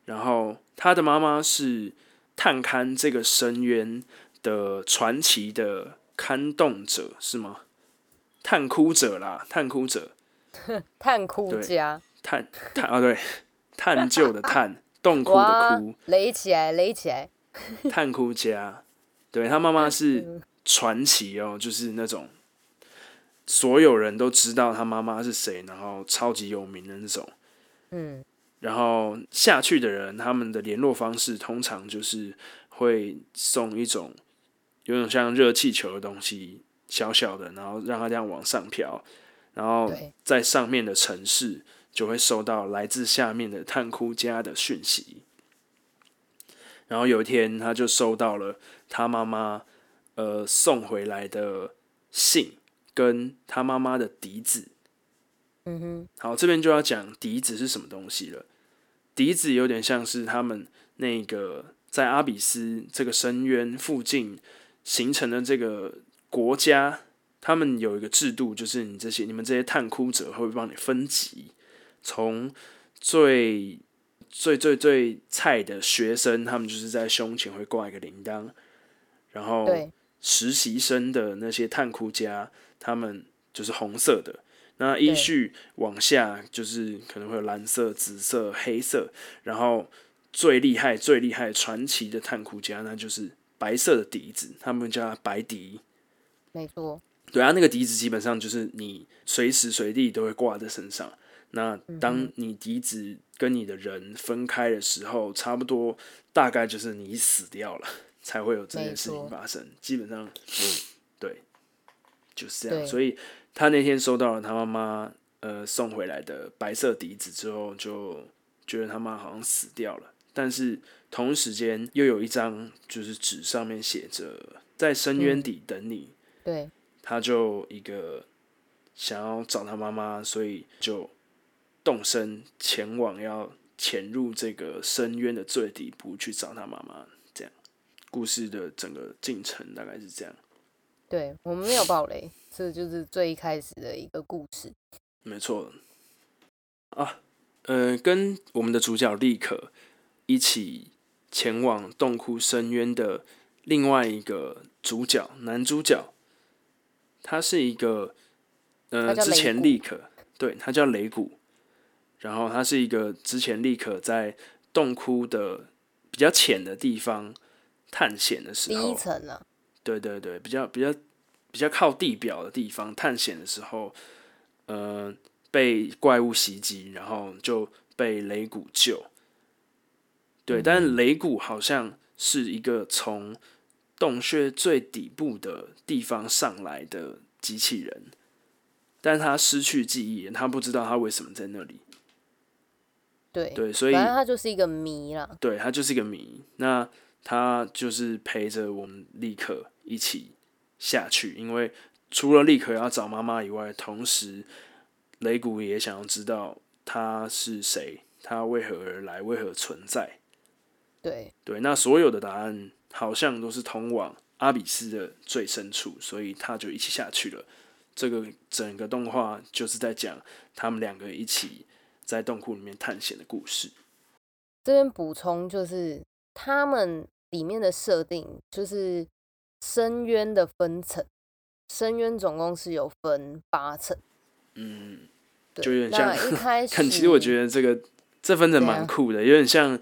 [SPEAKER 2] 然后她的妈妈是探勘这个深渊的传奇的勘洞者，是吗？探窟者啦，探窟者，
[SPEAKER 1] 探窟
[SPEAKER 2] 对
[SPEAKER 1] 家，
[SPEAKER 2] 探探啊，对，探究 的探，洞窟的
[SPEAKER 1] 哇
[SPEAKER 2] 窟，，
[SPEAKER 1] 垒起来，垒起来，
[SPEAKER 2] 探窟家，对他妈妈是
[SPEAKER 1] 嗯
[SPEAKER 2] 传奇哦，就是那种所有人都知道他妈妈是谁，然后超级有名的那种。
[SPEAKER 1] 嗯，
[SPEAKER 2] 然后下去的人，他们的联络方式通常就是会送一种有种像热气球的东西，小小的，然后让它这样往上飘，然后
[SPEAKER 1] 对
[SPEAKER 2] 在上面的城市就会收到来自下面的探窟家的讯息。然后有一天，他就收到了他妈妈呃送回来的信，跟他妈妈的笛子。
[SPEAKER 1] 嗯哼，
[SPEAKER 2] 好，这边就要讲笛子是什么东西了。笛子有点像是他们那个在阿比斯这个深渊附近形成的这个国家，他们有一个制度，就是你这些你们这些探窟者会帮你分级，从最最最最菜的学生，他们就是在胸前会挂一个铃铛，然后
[SPEAKER 1] 对，
[SPEAKER 2] 实习生的那些探窟家，他们就是红色的。那依
[SPEAKER 1] 对
[SPEAKER 2] 序往下就是可能会有蓝色、紫色、黑色，然后最厉害、最厉害、传奇的探窟家，那就是白色的笛子，他们叫它白笛。
[SPEAKER 1] 没错，
[SPEAKER 2] 对啊，那个笛子基本上就是你随时随地都会挂在身上。那
[SPEAKER 1] 嗯
[SPEAKER 2] 当你笛子跟你的人分开的时候，差不多大概就是你死掉了，才会有这件事
[SPEAKER 1] 没错
[SPEAKER 2] 情
[SPEAKER 1] 嗯
[SPEAKER 2] 发生。基本上，对，就是这样。
[SPEAKER 1] 对
[SPEAKER 2] 所以他那天收到了他妈妈呃送回来的白色笛子之后，就觉得他妈好像死掉了。但是同时间又有一张就是纸上面写着“在深渊
[SPEAKER 1] 嗯
[SPEAKER 2] 底等你”
[SPEAKER 1] 对，
[SPEAKER 2] 他就一个想要找他妈妈，所以就动身前往要潜入这个深渊的最底部去找他妈妈。这样，故事的整个进程大概是这样，
[SPEAKER 1] 对，我们没有暴雷，这就是最一开始的一个故事。
[SPEAKER 2] 没错。啊，呃，跟我们的主角立可一起前往洞窟深渊的另外一个主角，男主角，他是一个呃
[SPEAKER 1] 他叫
[SPEAKER 2] 之
[SPEAKER 1] 雷
[SPEAKER 2] 前
[SPEAKER 1] 古
[SPEAKER 2] 立可，对他叫雷古，然后他是一个之前立可在洞窟的比较浅的地方探险的时
[SPEAKER 1] 第一
[SPEAKER 2] 候，
[SPEAKER 1] 层啊，
[SPEAKER 2] 对对对，比较比较比较靠地表的地方探险的时候，呃，被怪物袭击，然后就被雷古救。对，但雷古好像是一个从洞穴最底部的地方上来的机器人，但他失去记忆，他不知道他为什么在那里。
[SPEAKER 1] 对，
[SPEAKER 2] 对，所以
[SPEAKER 1] 反正它就是一个谜啦。
[SPEAKER 2] 对他就是一个谜。那他就是陪着我们立刻一起下去，因为除了立刻要找妈妈以外，同时雷古也想要知道他是谁，他为何而来，为何存在。
[SPEAKER 1] 对，
[SPEAKER 2] 对，那所有的答案好像都是通往阿比斯的最深处，所以他就一起下去了。这个整个动画就是在讲他们两个一起在洞窟里面探险的故事。
[SPEAKER 1] 这边补充就是他们里面的设定就是深渊的分层，深渊总共是有分八层，
[SPEAKER 2] 嗯，
[SPEAKER 1] 对
[SPEAKER 2] 就有点
[SPEAKER 1] 那
[SPEAKER 2] 像
[SPEAKER 1] 一开始，
[SPEAKER 2] 看，其实我觉得这个这分层
[SPEAKER 1] 怎
[SPEAKER 2] 蛮
[SPEAKER 1] 样
[SPEAKER 2] 酷的，有点像，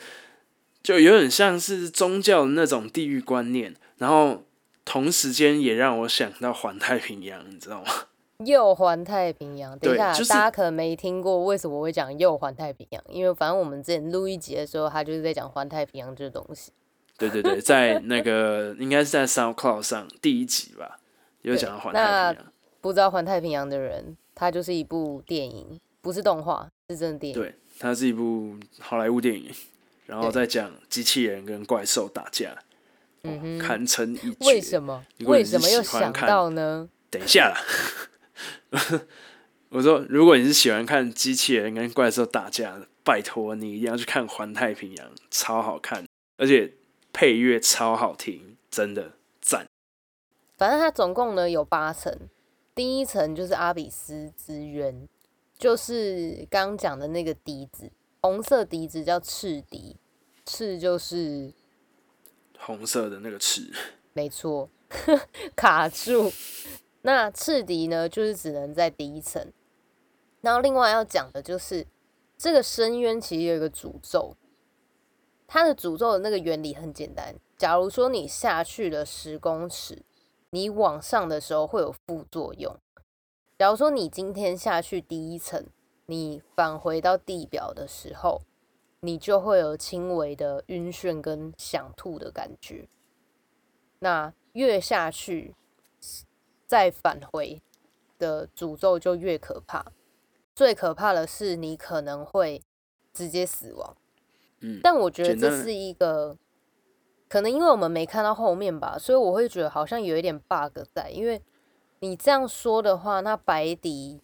[SPEAKER 2] 就有点像是宗教的那种地域观念，然后同时间也让我想到环太平洋，你知道吗？
[SPEAKER 1] 右环太平洋，等一
[SPEAKER 2] 对
[SPEAKER 1] 下，
[SPEAKER 2] 就是
[SPEAKER 1] 大家可能没听过为什么我会讲右环太平洋，因为反正我们之前录一集的时候，他就是在讲环太平洋这个东西。
[SPEAKER 2] 对对对，在那个应该是在 SoundCloud 上第一集吧，有讲到环太
[SPEAKER 1] 那
[SPEAKER 2] 平洋。
[SPEAKER 1] 不知道环太平洋的人，它就是一部电影，不是动画，是真的电影。
[SPEAKER 2] 对，它是一部好莱坞电影，然后
[SPEAKER 1] 对
[SPEAKER 2] 再讲机器人跟怪兽打架，
[SPEAKER 1] 嗯哼，
[SPEAKER 2] 堪称一绝。
[SPEAKER 1] 为什么？
[SPEAKER 2] 如果
[SPEAKER 1] 为
[SPEAKER 2] 你是
[SPEAKER 1] 什么又
[SPEAKER 2] 喜欢
[SPEAKER 1] 想
[SPEAKER 2] 看
[SPEAKER 1] 到呢？
[SPEAKER 2] 等一下啦， 我说，如果你是喜欢看机器人跟怪兽打架的，拜托你一定要去看《环太平洋》，超好看，而且配乐超好听，真的赞。
[SPEAKER 1] 反正它总共呢有八层，第一层就是阿比斯之渊，就是刚讲的那个笛子，红色笛子叫赤笛，赤就是
[SPEAKER 2] 红色的那个翅，
[SPEAKER 1] 没错，卡住。那赤笛呢，就是只能在第一层。然后另外要讲的就是，这个深渊其实有一个诅咒，它的诅咒的那个原理很简单。假如说你下去了十公尺，你往上的时候会有副作用。假如说你今天下去第一层，你返回到地表的时候，你就会有轻微的晕眩跟想吐的感觉。那越下去再返回的诅咒就越可怕。最可怕的是，你可能会直接死亡。
[SPEAKER 2] 嗯
[SPEAKER 1] 但我觉得
[SPEAKER 2] 简
[SPEAKER 1] 这
[SPEAKER 2] 单
[SPEAKER 1] 是一个，可能因为我们没看到后面吧，所以我会觉得好像有一点 bug 在。因为你这样说的话，那白迪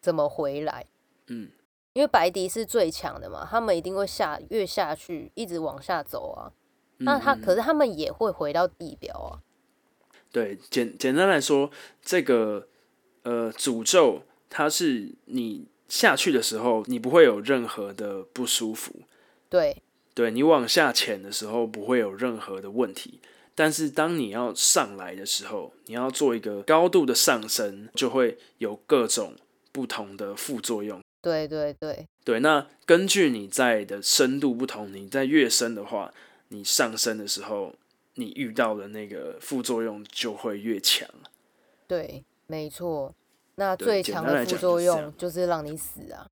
[SPEAKER 1] 怎么回来？
[SPEAKER 2] 嗯，
[SPEAKER 1] 因为白迪是最强的嘛，他们一定会下越下去，一直往下走啊。那他
[SPEAKER 2] 嗯嗯
[SPEAKER 1] 可是他们也会回到地表啊。
[SPEAKER 2] 对，简简单来说，这个呃诅咒，它是你下去的时候，你不会有任何的不舒服，
[SPEAKER 1] 对
[SPEAKER 2] 对你往下潜的时候不会有任何的问题，但是当你要上来的时候，你要做一个高度的上升，就会有各种不同的副作用。
[SPEAKER 1] 对对对，
[SPEAKER 2] 对，那根据你在的深度不同，你在越深的话，你上升的时候，你遇到的那个副作用就会越强。
[SPEAKER 1] 对，没错。那
[SPEAKER 2] 对
[SPEAKER 1] 最
[SPEAKER 2] 简
[SPEAKER 1] 强
[SPEAKER 2] 单
[SPEAKER 1] 的
[SPEAKER 2] 来
[SPEAKER 1] 副
[SPEAKER 2] 讲
[SPEAKER 1] 作
[SPEAKER 2] 就是这
[SPEAKER 1] 用
[SPEAKER 2] 样
[SPEAKER 1] 就是让你死啊！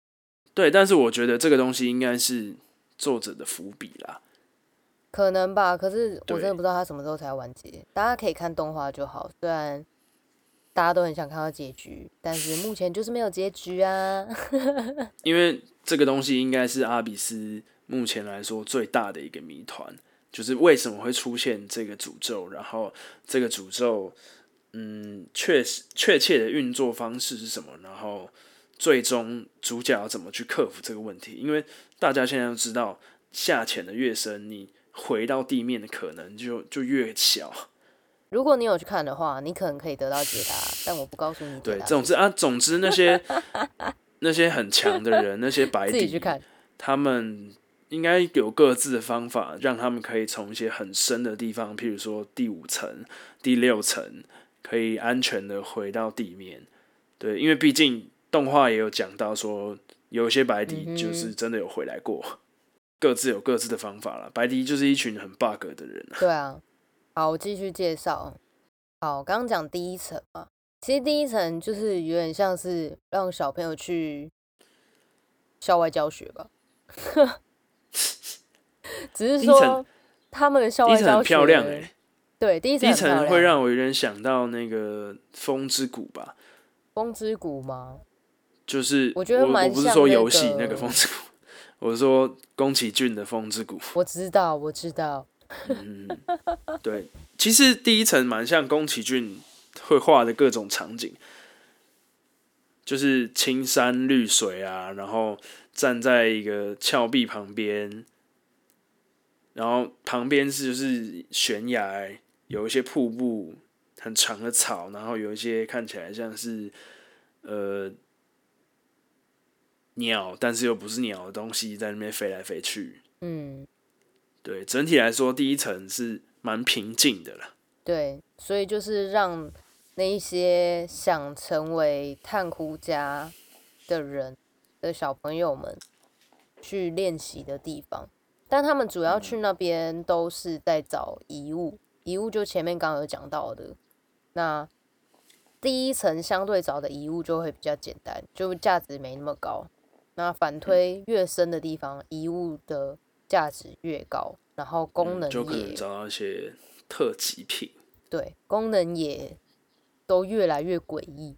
[SPEAKER 2] 对，但是我觉得这个东西应该是作者的伏笔啦。
[SPEAKER 1] 可能吧，可是我真的
[SPEAKER 2] 对
[SPEAKER 1] 不知道它什么时候才完结。大家可以看动画就好，虽然大家都很想看到结局，但是目前就是没有结局啊。
[SPEAKER 2] 因为这个东西应该是阿比斯目前来说最大的一个谜团，就是为什么会出现这个诅咒，然后这个诅咒，嗯，确实确切的运作方式是什么，然后最终主角要怎么去克服这个问题？因为大家现在都知道，下潜的越深，你回到地面的可能就就越小。
[SPEAKER 1] 如果你有去看的话，你可能可以得到解答，但我不告诉你解
[SPEAKER 2] 对，
[SPEAKER 1] 答，
[SPEAKER 2] 总之啊，总之那些 那些很强的人，那些白
[SPEAKER 1] 自己
[SPEAKER 2] 底
[SPEAKER 1] 去看。
[SPEAKER 2] 他们应该有各自的方法，让他们可以从一些很深的地方，譬如说第五层、第六层，可以安全的回到地面。对，因为毕竟动画也有讲到说，有一些白
[SPEAKER 1] 嗯哼
[SPEAKER 2] 迪就是真的有回来过，各自有各自的方法了。白迪就是一群很 bug 的人 啊，
[SPEAKER 1] 对啊，好，我继续介绍。好，刚刚讲第一层嘛，其实第一层就是有点像是让小朋友去校外教学吧，只是
[SPEAKER 2] 第一层
[SPEAKER 1] 说他们的校
[SPEAKER 2] 第
[SPEAKER 1] 外
[SPEAKER 2] 一
[SPEAKER 1] 教
[SPEAKER 2] 层
[SPEAKER 1] 学
[SPEAKER 2] 很漂亮哎、
[SPEAKER 1] 对，第一
[SPEAKER 2] 第
[SPEAKER 1] 层很
[SPEAKER 2] 一
[SPEAKER 1] 漂
[SPEAKER 2] 层
[SPEAKER 1] 亮
[SPEAKER 2] 会让我有点想到那个《风之谷》吧，
[SPEAKER 1] 风之谷吗？
[SPEAKER 2] 就是
[SPEAKER 1] 我觉得
[SPEAKER 2] 我
[SPEAKER 1] 蛮
[SPEAKER 2] 不是
[SPEAKER 1] 像
[SPEAKER 2] 说
[SPEAKER 1] 那
[SPEAKER 2] 游戏
[SPEAKER 1] 个
[SPEAKER 2] 那个《风之谷》， 我是说宫崎骏的《风之谷》。
[SPEAKER 1] 我知道，我知道，
[SPEAKER 2] 嗯，对，其实第一层蛮像宫崎骏会画的各种场景，就是青山绿水啊，然后站在一个峭壁旁边，然后旁边是就是悬崖，有一些瀑布，很长的草，然后有一些看起来像是呃鸟，但是又不是鸟的东西在那边飞来飞去。
[SPEAKER 1] 嗯，
[SPEAKER 2] 对，整体来说，第一层是蛮平静的啦。
[SPEAKER 1] 对，所以就是让那一些想成为探窟家的人的小朋友们去练习的地方，但他们主要
[SPEAKER 2] 嗯
[SPEAKER 1] 去那边都是在找遗物，遗物就前面刚刚有讲到的，那第一层相对找的遗物就会比较简单，就价值没那么高。那反
[SPEAKER 2] 嗯
[SPEAKER 1] 推越深的地方，遗物的价值越高，然后功能
[SPEAKER 2] 嗯就可
[SPEAKER 1] 也
[SPEAKER 2] 能找到一些特级品。
[SPEAKER 1] 对，功能也都越来越诡异，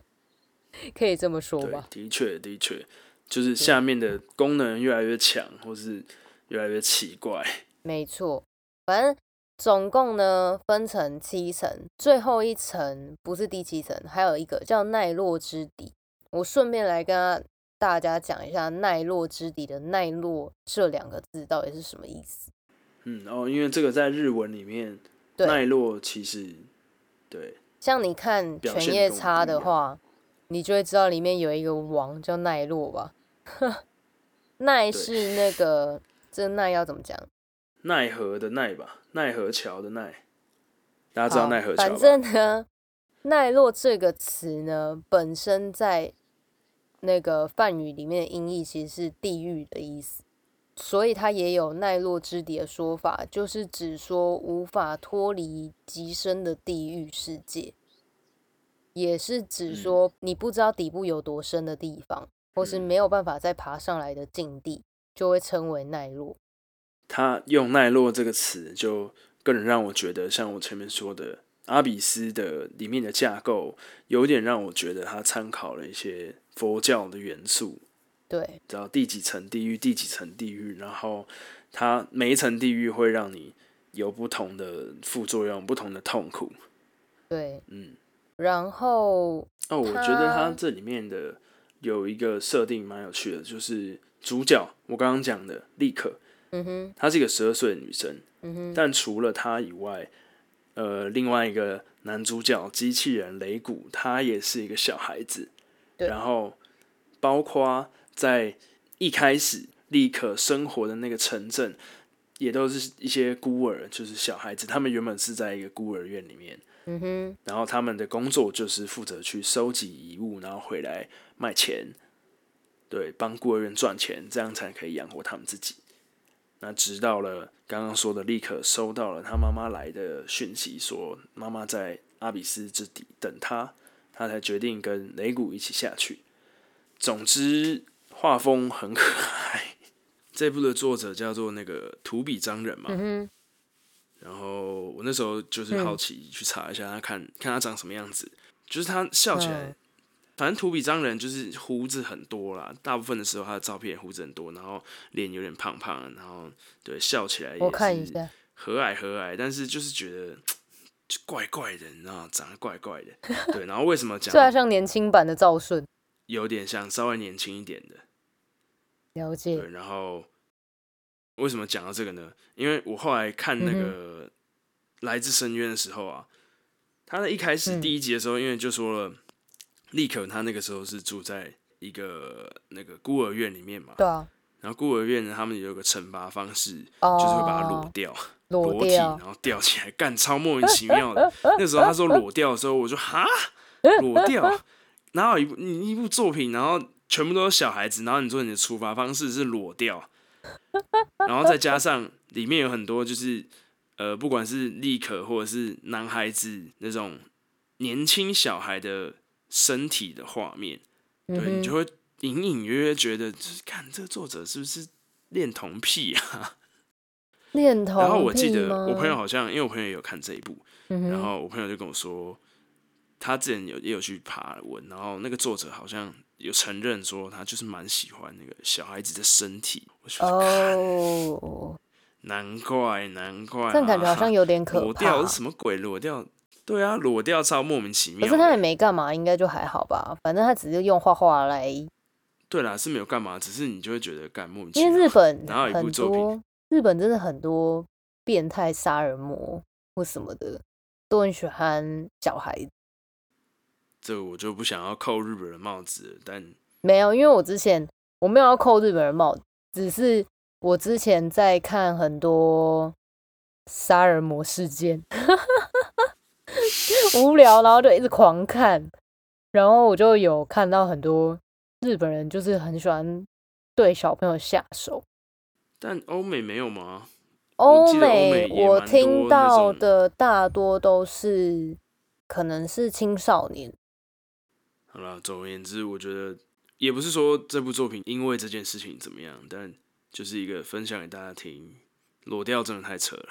[SPEAKER 1] 可以这么说
[SPEAKER 2] 对
[SPEAKER 1] 吧，？
[SPEAKER 2] 的确，的确，就是下面的功能越来越强，或是越来越奇怪。
[SPEAKER 1] 没错，反正总共呢分成七层，最后一层不是第七层，还有一个叫奈落之底。我顺便来跟大大家讲一下奈落之底的奈落这两个字到底是什么意思。
[SPEAKER 2] 嗯，哦，因为这个在日文里面，
[SPEAKER 1] 对
[SPEAKER 2] 奈落其实对
[SPEAKER 1] 像你看
[SPEAKER 2] 表
[SPEAKER 1] 犬
[SPEAKER 2] 现得
[SPEAKER 1] 夜
[SPEAKER 2] 跟我
[SPEAKER 1] 叉
[SPEAKER 2] 不一
[SPEAKER 1] 的
[SPEAKER 2] 样
[SPEAKER 1] 话，你就会知道里面有一个王叫奈落吧？ 奈
[SPEAKER 2] 对
[SPEAKER 1] 是那个这奈要怎么讲？
[SPEAKER 2] 奈何的奈吧，奈何桥的奈，大家知道
[SPEAKER 1] 好
[SPEAKER 2] 奈何桥吧？
[SPEAKER 1] 反正呢，奈落这个词呢，本身在那个梵语里面的音译其实是地狱的意思，所以它也有奈落之底的说法，就是指说无法脱离极深的地狱世界，也是
[SPEAKER 2] 嗯
[SPEAKER 1] 指说你不知道底部有多深的地方，或是
[SPEAKER 2] 嗯
[SPEAKER 1] 没有办法再爬上来的境地，就会称为奈落。
[SPEAKER 2] 他用奈落这个词，就个人让我觉得，像我前面说的，阿比斯的里面的架构，有点让我觉得他参考了一些佛教的元素，
[SPEAKER 1] 对，
[SPEAKER 2] 知道第几层地狱，第几层地狱，然后它每一层地狱会让你有不同的副作用，不同的痛苦。
[SPEAKER 1] 对，
[SPEAKER 2] 嗯，
[SPEAKER 1] 然后
[SPEAKER 2] 哦，我觉得它
[SPEAKER 1] 它
[SPEAKER 2] 这里面的有一个设定蛮有趣的，就是主角我刚刚讲的立可，
[SPEAKER 1] 嗯哼，
[SPEAKER 2] 她是一个十二岁的女生，
[SPEAKER 1] 嗯哼。
[SPEAKER 2] 但除了她以外，呃，另外一个男主角机器人雷古，他也是一个小孩子。
[SPEAKER 1] 对
[SPEAKER 2] 然后，包括在一开始立刻生活的那个城镇，也都是一些孤儿，就是小孩子。他们原本是在一个孤儿院里面，
[SPEAKER 1] 嗯哼，
[SPEAKER 2] 然后他们的工作就是负责去收集遗物，然后回来卖钱，对，帮孤儿院赚钱，这样才可以养活他们自己。那直到了刚刚说的立刻收到了他妈妈来的讯息，说妈妈在阿比斯之底等他，他才决定跟雷古一起下去。总之，画风很可爱。 这部的作者叫做那个土比章人嘛，
[SPEAKER 1] 嗯哼，
[SPEAKER 2] 然后我那时候就是
[SPEAKER 1] 嗯
[SPEAKER 2] 好奇去查一下他看、看他长什么样子，就是他笑起来，
[SPEAKER 1] 嗯
[SPEAKER 2] 反正土比张人就是胡子很多啦，大部分的时候他的照片胡子很多，然后脸有点胖胖，然后对笑起来也
[SPEAKER 1] 我看一
[SPEAKER 2] 是
[SPEAKER 1] 下，
[SPEAKER 2] 和蔼和蔼，但是就是觉得就怪怪的，你知道吗长得怪怪的，对，然后为 什么
[SPEAKER 1] 这还
[SPEAKER 2] 讲
[SPEAKER 1] 像年轻版的赵顺，
[SPEAKER 2] 有点像稍微年轻一点的，
[SPEAKER 1] 了解，
[SPEAKER 2] 对，然后为什么讲到这个呢？因为我后来看
[SPEAKER 1] 嗯
[SPEAKER 2] 那个《来自深渊》的时候啊，他的一开始
[SPEAKER 1] 嗯
[SPEAKER 2] 第一集的时候，因为就说了，立可他那个时候是住在一个那个孤儿院里面嘛，
[SPEAKER 1] 对啊，
[SPEAKER 2] 然后孤儿院呢，他们有一个惩罚方式，
[SPEAKER 1] 哦，
[SPEAKER 2] 就是会把他裸掉。
[SPEAKER 1] 裸
[SPEAKER 2] 裸体，
[SPEAKER 1] 掉
[SPEAKER 2] 然，后吊起来，干超莫名其妙的。那时候他说裸掉的时候，我就哈裸掉，哪有一部你一部作品，然后全部都是小孩子，然后你说你的处罚方式是裸掉，然后再加上里面有很多就是呃，不管是立可或者是男孩子那种年轻小孩的身体的画面，
[SPEAKER 1] 嗯
[SPEAKER 2] 对你就
[SPEAKER 1] 哼，
[SPEAKER 2] 会隐隐约约觉得，就是看这个作者是不是恋童癖啊？
[SPEAKER 1] 恋童
[SPEAKER 2] 然后我记
[SPEAKER 1] 癖
[SPEAKER 2] 得
[SPEAKER 1] 吗
[SPEAKER 2] 我朋友，好像，因为我朋友也有看这一部，
[SPEAKER 1] 嗯哼
[SPEAKER 2] 然后我朋友就跟我说，他之前有也有去爬文，然后那个作者好像有承认说他就是蛮喜欢那个小孩子的身体，我觉得
[SPEAKER 1] 哦，
[SPEAKER 2] 难怪难怪、啊，啊
[SPEAKER 1] 这样感觉好像有点可
[SPEAKER 2] 裸
[SPEAKER 1] 怕
[SPEAKER 2] 掉，是什么鬼？裸掉对啊，裸掉超莫名其妙
[SPEAKER 1] 可
[SPEAKER 2] 的。
[SPEAKER 1] 是他也没干嘛，应该就还好吧。反正他只是用画画来，
[SPEAKER 2] 对啦，是没有干嘛，只是你就会觉得干莫名其
[SPEAKER 1] 因为日
[SPEAKER 2] 妙。
[SPEAKER 1] 本
[SPEAKER 2] 哪有一部
[SPEAKER 1] 很
[SPEAKER 2] 作品
[SPEAKER 1] 多，日本真的很多变态杀人魔或什么的，都很喜欢小孩子。
[SPEAKER 2] 这我就不想要扣日本人帽子了，但
[SPEAKER 1] 没有，因为我之前我没有要扣日本人帽子，只是我之前在看很多杀人魔事件， 无聊，然后就一直狂看，然后我就有看到很多日本人就是很喜欢对小朋友下手。
[SPEAKER 2] 但欧美没有吗？我
[SPEAKER 1] 欧
[SPEAKER 2] 记得欧
[SPEAKER 1] 美
[SPEAKER 2] 美也
[SPEAKER 1] 我
[SPEAKER 2] 蛮多
[SPEAKER 1] 听
[SPEAKER 2] 那
[SPEAKER 1] 到
[SPEAKER 2] 种
[SPEAKER 1] 的大多都是可能是青少年，
[SPEAKER 2] 好了，总而言之，我觉得也不是说这部作品因为这件事情怎么样，但就是一个分享给大家听。裸掉真的太扯了，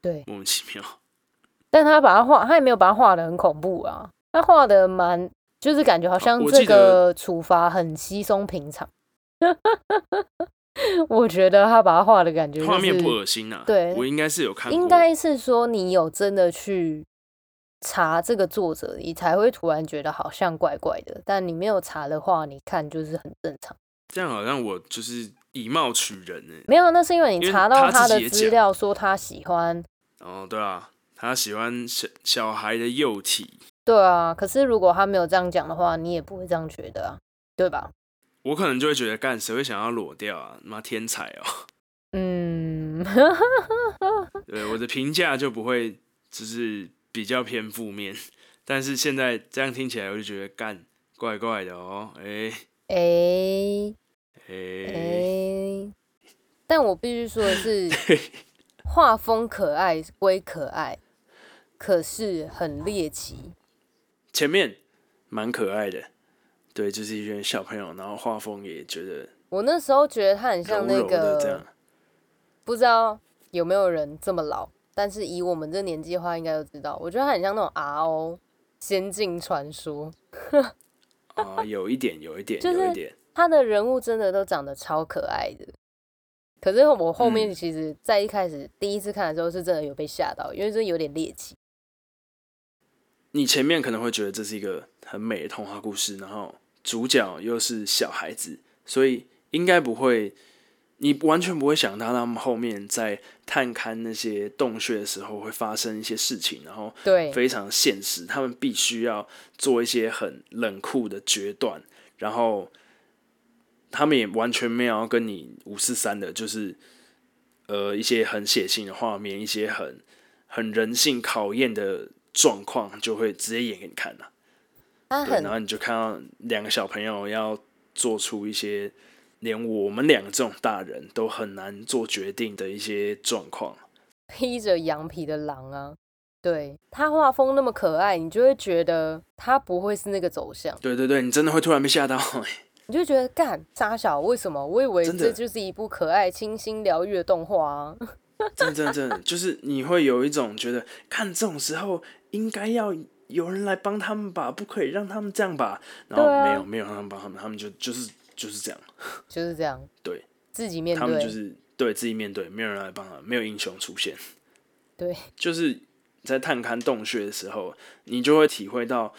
[SPEAKER 1] 对，
[SPEAKER 2] 莫名其妙。
[SPEAKER 1] 但他把它画，他也没有把它画的很恐怖啊，他画的蛮，就是感觉好像
[SPEAKER 2] 啊我
[SPEAKER 1] 这
[SPEAKER 2] 记得
[SPEAKER 1] 个处罚很稀松平常。 我觉得他把它画的感觉、就是，
[SPEAKER 2] 画面不恶心啊，
[SPEAKER 1] 对
[SPEAKER 2] 我应该是有看过，
[SPEAKER 1] 应该是说你有真的去查这个作者，你才会突然觉得好像怪怪的。但你没有查的话，你看就是很正常。
[SPEAKER 2] 这样好像我就是以貌取人呢、欸
[SPEAKER 1] 没有，那是因为你
[SPEAKER 2] 因为
[SPEAKER 1] 查到
[SPEAKER 2] 他自己
[SPEAKER 1] 的
[SPEAKER 2] 也
[SPEAKER 1] 资
[SPEAKER 2] 讲
[SPEAKER 1] 料，说他喜欢
[SPEAKER 2] 哦，对啊，他喜欢小小孩的幼体，
[SPEAKER 1] 对啊，可是如果他没有这样讲的话，你也不会这样觉得啊，对吧？
[SPEAKER 2] 我可能就会觉得干谁会想要裸掉啊？妈天才哦、
[SPEAKER 1] 嗯，
[SPEAKER 2] 对我的评价就不会就是比较偏负面，但是现在这样听起来我就觉得干怪怪的哦、诶
[SPEAKER 1] 诶
[SPEAKER 2] 诶，
[SPEAKER 1] 诶，但我必须说的 是，画风可爱归可爱，可是很猎奇。
[SPEAKER 2] 前面蛮可爱的，对，就是一群小朋友，然后画风也觉得
[SPEAKER 1] 我那时候觉得他很像
[SPEAKER 2] 柔
[SPEAKER 1] 那
[SPEAKER 2] 柔的这
[SPEAKER 1] 个
[SPEAKER 2] 样，，
[SPEAKER 1] 不知道有没有人这么老，但是以我们这年纪的话，应该都知道。我觉得他很像那种 RO《仙境传说》，
[SPEAKER 2] 啊、有一点，有一点，
[SPEAKER 1] 就是
[SPEAKER 2] 有一点，
[SPEAKER 1] 他的人物真的都长得超可爱的。可是我后面
[SPEAKER 2] 嗯
[SPEAKER 1] 其实，在一开始、第一次看的时候，是真的有被吓到，因为真的有点猎奇。
[SPEAKER 2] 你前面可能会觉得这是一个很美的童话故事，然后主角又是小孩子，所以应该不会，你完全不会想到他们后面在探勘那些洞穴的时候会发生一些事情，然后
[SPEAKER 1] 对，
[SPEAKER 2] 非常现实，他们必须要做一些很冷酷的决断，然后他们也完全没有要跟你五四三的，就是呃一些很血腥的画面，一些很很人性考验的状况，就会直接演给你看了、
[SPEAKER 1] 他
[SPEAKER 2] 对，
[SPEAKER 1] 很
[SPEAKER 2] 然后你就看到两个小朋友要做出一些连我们两个这种大人都很难做决定的一些状况。
[SPEAKER 1] 披着羊皮的狼啊。对他画风那么可爱，你就会觉得他不会是那个走向，
[SPEAKER 2] 对对对，你真的会突然被吓到、 哎
[SPEAKER 1] 你就觉得干傻小为什么？我以为
[SPEAKER 2] 真的
[SPEAKER 1] 这就是一部可爱、清新、疗愈的动画啊。
[SPEAKER 2] 真的真的真的，就是你会有一种觉得，看这种时候应该要有人来帮他们吧，不可以让他们这样吧。然后
[SPEAKER 1] 对啊
[SPEAKER 2] 没有、没有让他们帮他们，他们就就是就是这样，
[SPEAKER 1] 就是这样，
[SPEAKER 2] 对，
[SPEAKER 1] 自己面
[SPEAKER 2] 他们
[SPEAKER 1] 对，
[SPEAKER 2] 就是对自己面对，没有人来帮他们，没有英雄出现。
[SPEAKER 1] 对，
[SPEAKER 2] 就是在探勘洞穴的时候，你就会体会到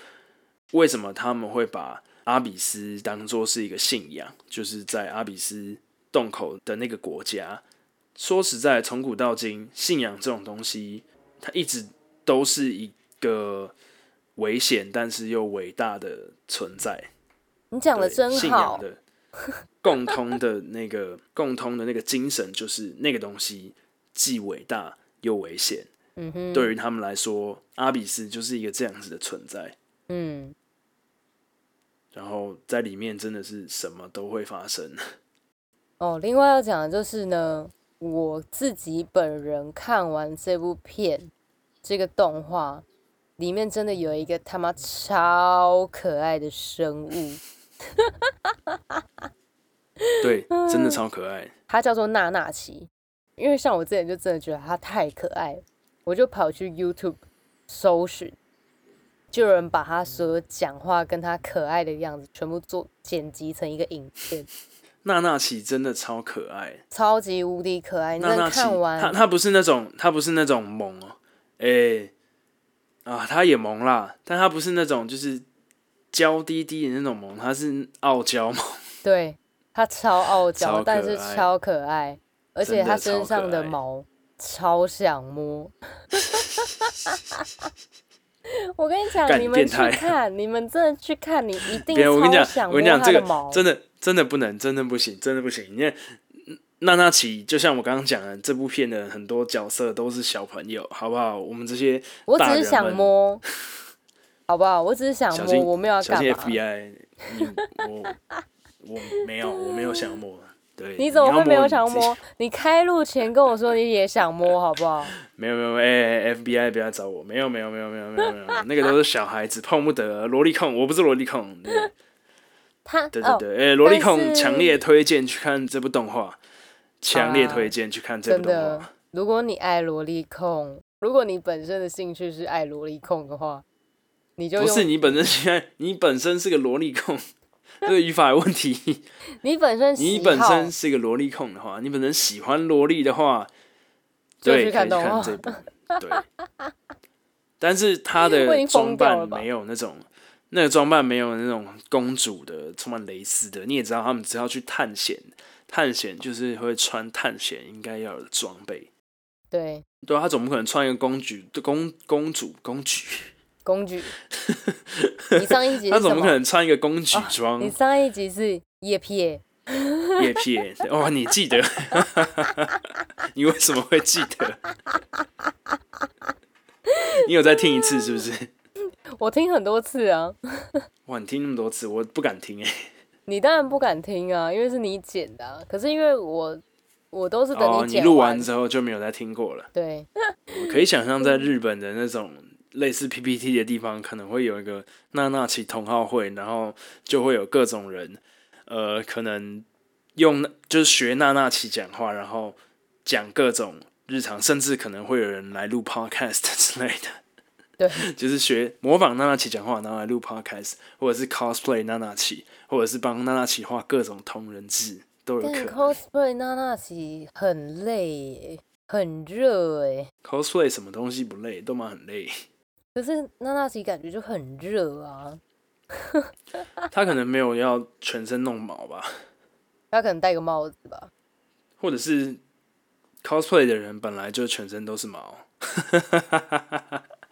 [SPEAKER 2] 为什么他们会把阿比斯当做是一个信仰，就是在阿比斯洞口的那个国家。说实在，从古到今，信仰这种东西，它一直都是一个危险但是又伟大的存在。
[SPEAKER 1] 你讲的
[SPEAKER 2] 对
[SPEAKER 1] 真
[SPEAKER 2] 信仰
[SPEAKER 1] 好，
[SPEAKER 2] 的共通的那个共通的那个精神，就是那个东西既伟大又危险。
[SPEAKER 1] 嗯哼，
[SPEAKER 2] 对于他们来说，阿比斯就是一个这样子的存在。
[SPEAKER 1] 嗯，
[SPEAKER 2] 然后在里面真的是什么都会发生。
[SPEAKER 1] 哦，另外要讲的就是呢，我自己本人看完这部片，这个动画里面真的有一个他妈超可爱的生物，
[SPEAKER 2] 对，真的超可爱。
[SPEAKER 1] 它叫做娜娜奇。因为像我之前就真的觉得它太可爱了，我就跑去 YouTube 搜寻，就有人把它所有讲话跟它可爱的样子全部做剪辑成一个影片，
[SPEAKER 2] 娜娜奇真的超可爱。
[SPEAKER 1] 超级无敌可爱。你
[SPEAKER 2] 娜
[SPEAKER 1] 真
[SPEAKER 2] 娜
[SPEAKER 1] 的
[SPEAKER 2] 奇，
[SPEAKER 1] 看完
[SPEAKER 2] 她她不是那种她不是那种萌哦、诶、啊，他也萌啦，但他不是那种就是娇滴滴的那种萌，他是傲娇萌。
[SPEAKER 1] 对，它超傲
[SPEAKER 2] 超
[SPEAKER 1] 娇，
[SPEAKER 2] 可
[SPEAKER 1] 但是
[SPEAKER 2] 爱
[SPEAKER 1] 超可爱，而
[SPEAKER 2] 真
[SPEAKER 1] 且
[SPEAKER 2] 的
[SPEAKER 1] 它
[SPEAKER 2] 超
[SPEAKER 1] 身上
[SPEAKER 2] 可
[SPEAKER 1] 的
[SPEAKER 2] 爱
[SPEAKER 1] 毛超想摸。 我跟你讲，
[SPEAKER 2] 干
[SPEAKER 1] 你
[SPEAKER 2] 你
[SPEAKER 1] 们
[SPEAKER 2] 变
[SPEAKER 1] 去
[SPEAKER 2] 态
[SPEAKER 1] 看，你们真的去看，你一定
[SPEAKER 2] 别人，我跟你
[SPEAKER 1] 超
[SPEAKER 2] 讲，
[SPEAKER 1] 想
[SPEAKER 2] 我跟
[SPEAKER 1] 摸
[SPEAKER 2] 你讲，
[SPEAKER 1] 它
[SPEAKER 2] 这
[SPEAKER 1] 的
[SPEAKER 2] 个
[SPEAKER 1] 毛。
[SPEAKER 2] 真的真的不能，真的不行，真的不行。因为娜娜奇，就像我刚刚讲的，这部片的很多角色都是小朋友，好不好？我们这些
[SPEAKER 1] 我只
[SPEAKER 2] 大
[SPEAKER 1] 是
[SPEAKER 2] 人
[SPEAKER 1] 想
[SPEAKER 2] 们
[SPEAKER 1] 摸，好不好？我只是想
[SPEAKER 2] 小
[SPEAKER 1] 摸，
[SPEAKER 2] 心
[SPEAKER 1] 我没有要
[SPEAKER 2] 小
[SPEAKER 1] 干
[SPEAKER 2] 心
[SPEAKER 1] 嘛。
[SPEAKER 2] FBI，你我我没有，我没有想摸。对，
[SPEAKER 1] 你怎么
[SPEAKER 2] 要
[SPEAKER 1] 会没有想
[SPEAKER 2] 你自己
[SPEAKER 1] 摸？你开录前跟我说你也想摸，好不好？
[SPEAKER 2] 没有没有，哎、哎 f b i 不要找我，没有没有没有没有没有没有，那个都是小孩子碰不得，萝莉控，我不是萝莉控，对
[SPEAKER 1] 他
[SPEAKER 2] 对
[SPEAKER 1] 哦，
[SPEAKER 2] 对对，哎、萝莉控
[SPEAKER 1] 但是
[SPEAKER 2] 强烈推荐去看这部动画，强烈推荐去看这
[SPEAKER 1] 真
[SPEAKER 2] 部动
[SPEAKER 1] 的
[SPEAKER 2] 画，，
[SPEAKER 1] 如果你爱萝莉控，如果你本身的兴趣是爱萝莉控的话，你就
[SPEAKER 2] 不是
[SPEAKER 1] 用
[SPEAKER 2] 你本身现在， 你本身是个萝莉控， 这个语法有问 题，
[SPEAKER 1] 你本身喜
[SPEAKER 2] 你
[SPEAKER 1] 好
[SPEAKER 2] 本身是个萝莉控的话，你本身喜欢萝莉的话，
[SPEAKER 1] 就
[SPEAKER 2] 对，可以
[SPEAKER 1] 去
[SPEAKER 2] 去
[SPEAKER 1] 看动
[SPEAKER 2] 看
[SPEAKER 1] 画
[SPEAKER 2] 这部，对， 但是她
[SPEAKER 1] 我已
[SPEAKER 2] 的
[SPEAKER 1] 经
[SPEAKER 2] 装
[SPEAKER 1] 疯掉了
[SPEAKER 2] 扮
[SPEAKER 1] 吧
[SPEAKER 2] 没有那种，那个装扮没有那种公主的，充满蕾丝的。你也知道，他们只要去探险，探险就是会穿探险应该要有的装备。
[SPEAKER 1] 对
[SPEAKER 2] 对啊，她总不可能穿一个公主公公主公举，
[SPEAKER 1] 工 具。你上一集
[SPEAKER 2] 她
[SPEAKER 1] 是什
[SPEAKER 2] 总不可
[SPEAKER 1] 么？哦
[SPEAKER 2] 能穿一个公举装
[SPEAKER 1] 你上一集是叶片，
[SPEAKER 2] 叶片？哦，你记得？ 你为什么会记得？你有再听一次是不是？
[SPEAKER 1] 我听很多次啊，
[SPEAKER 2] 哇，你听那么多次，我不敢听哎、
[SPEAKER 1] 你当然不敢听啊，因为是你剪的、啊。可是因为我我都是等
[SPEAKER 2] 哦，你
[SPEAKER 1] 剪
[SPEAKER 2] 录
[SPEAKER 1] 完
[SPEAKER 2] 完之后就没有再听过了。
[SPEAKER 1] 对，
[SPEAKER 2] 我可以想象，在日本的那种类似 PPT 的地方，可能会有一个娜娜奇同好会，然后就会有各种人，呃，可能用就是学娜娜奇讲话，然后讲各种日常，甚至可能会有人来录 podcast 之类的。
[SPEAKER 1] 对，
[SPEAKER 2] 就是学模仿娜娜奇讲话，然后来录 podcast，或者是 cosplay 娜娜奇，或者是帮娜娜奇画各种同人志，都有可
[SPEAKER 1] 但
[SPEAKER 2] 能。
[SPEAKER 1] cosplay 娜娜其很累耶，很热哎、
[SPEAKER 2] cosplay 什么东西不累，动漫很累。
[SPEAKER 1] 可是娜娜其感觉就很热啊，
[SPEAKER 2] 他可能没有要全身弄毛吧，
[SPEAKER 1] 她可能戴个帽子吧。
[SPEAKER 2] 或者是 cosplay 的人本来就全身都是毛，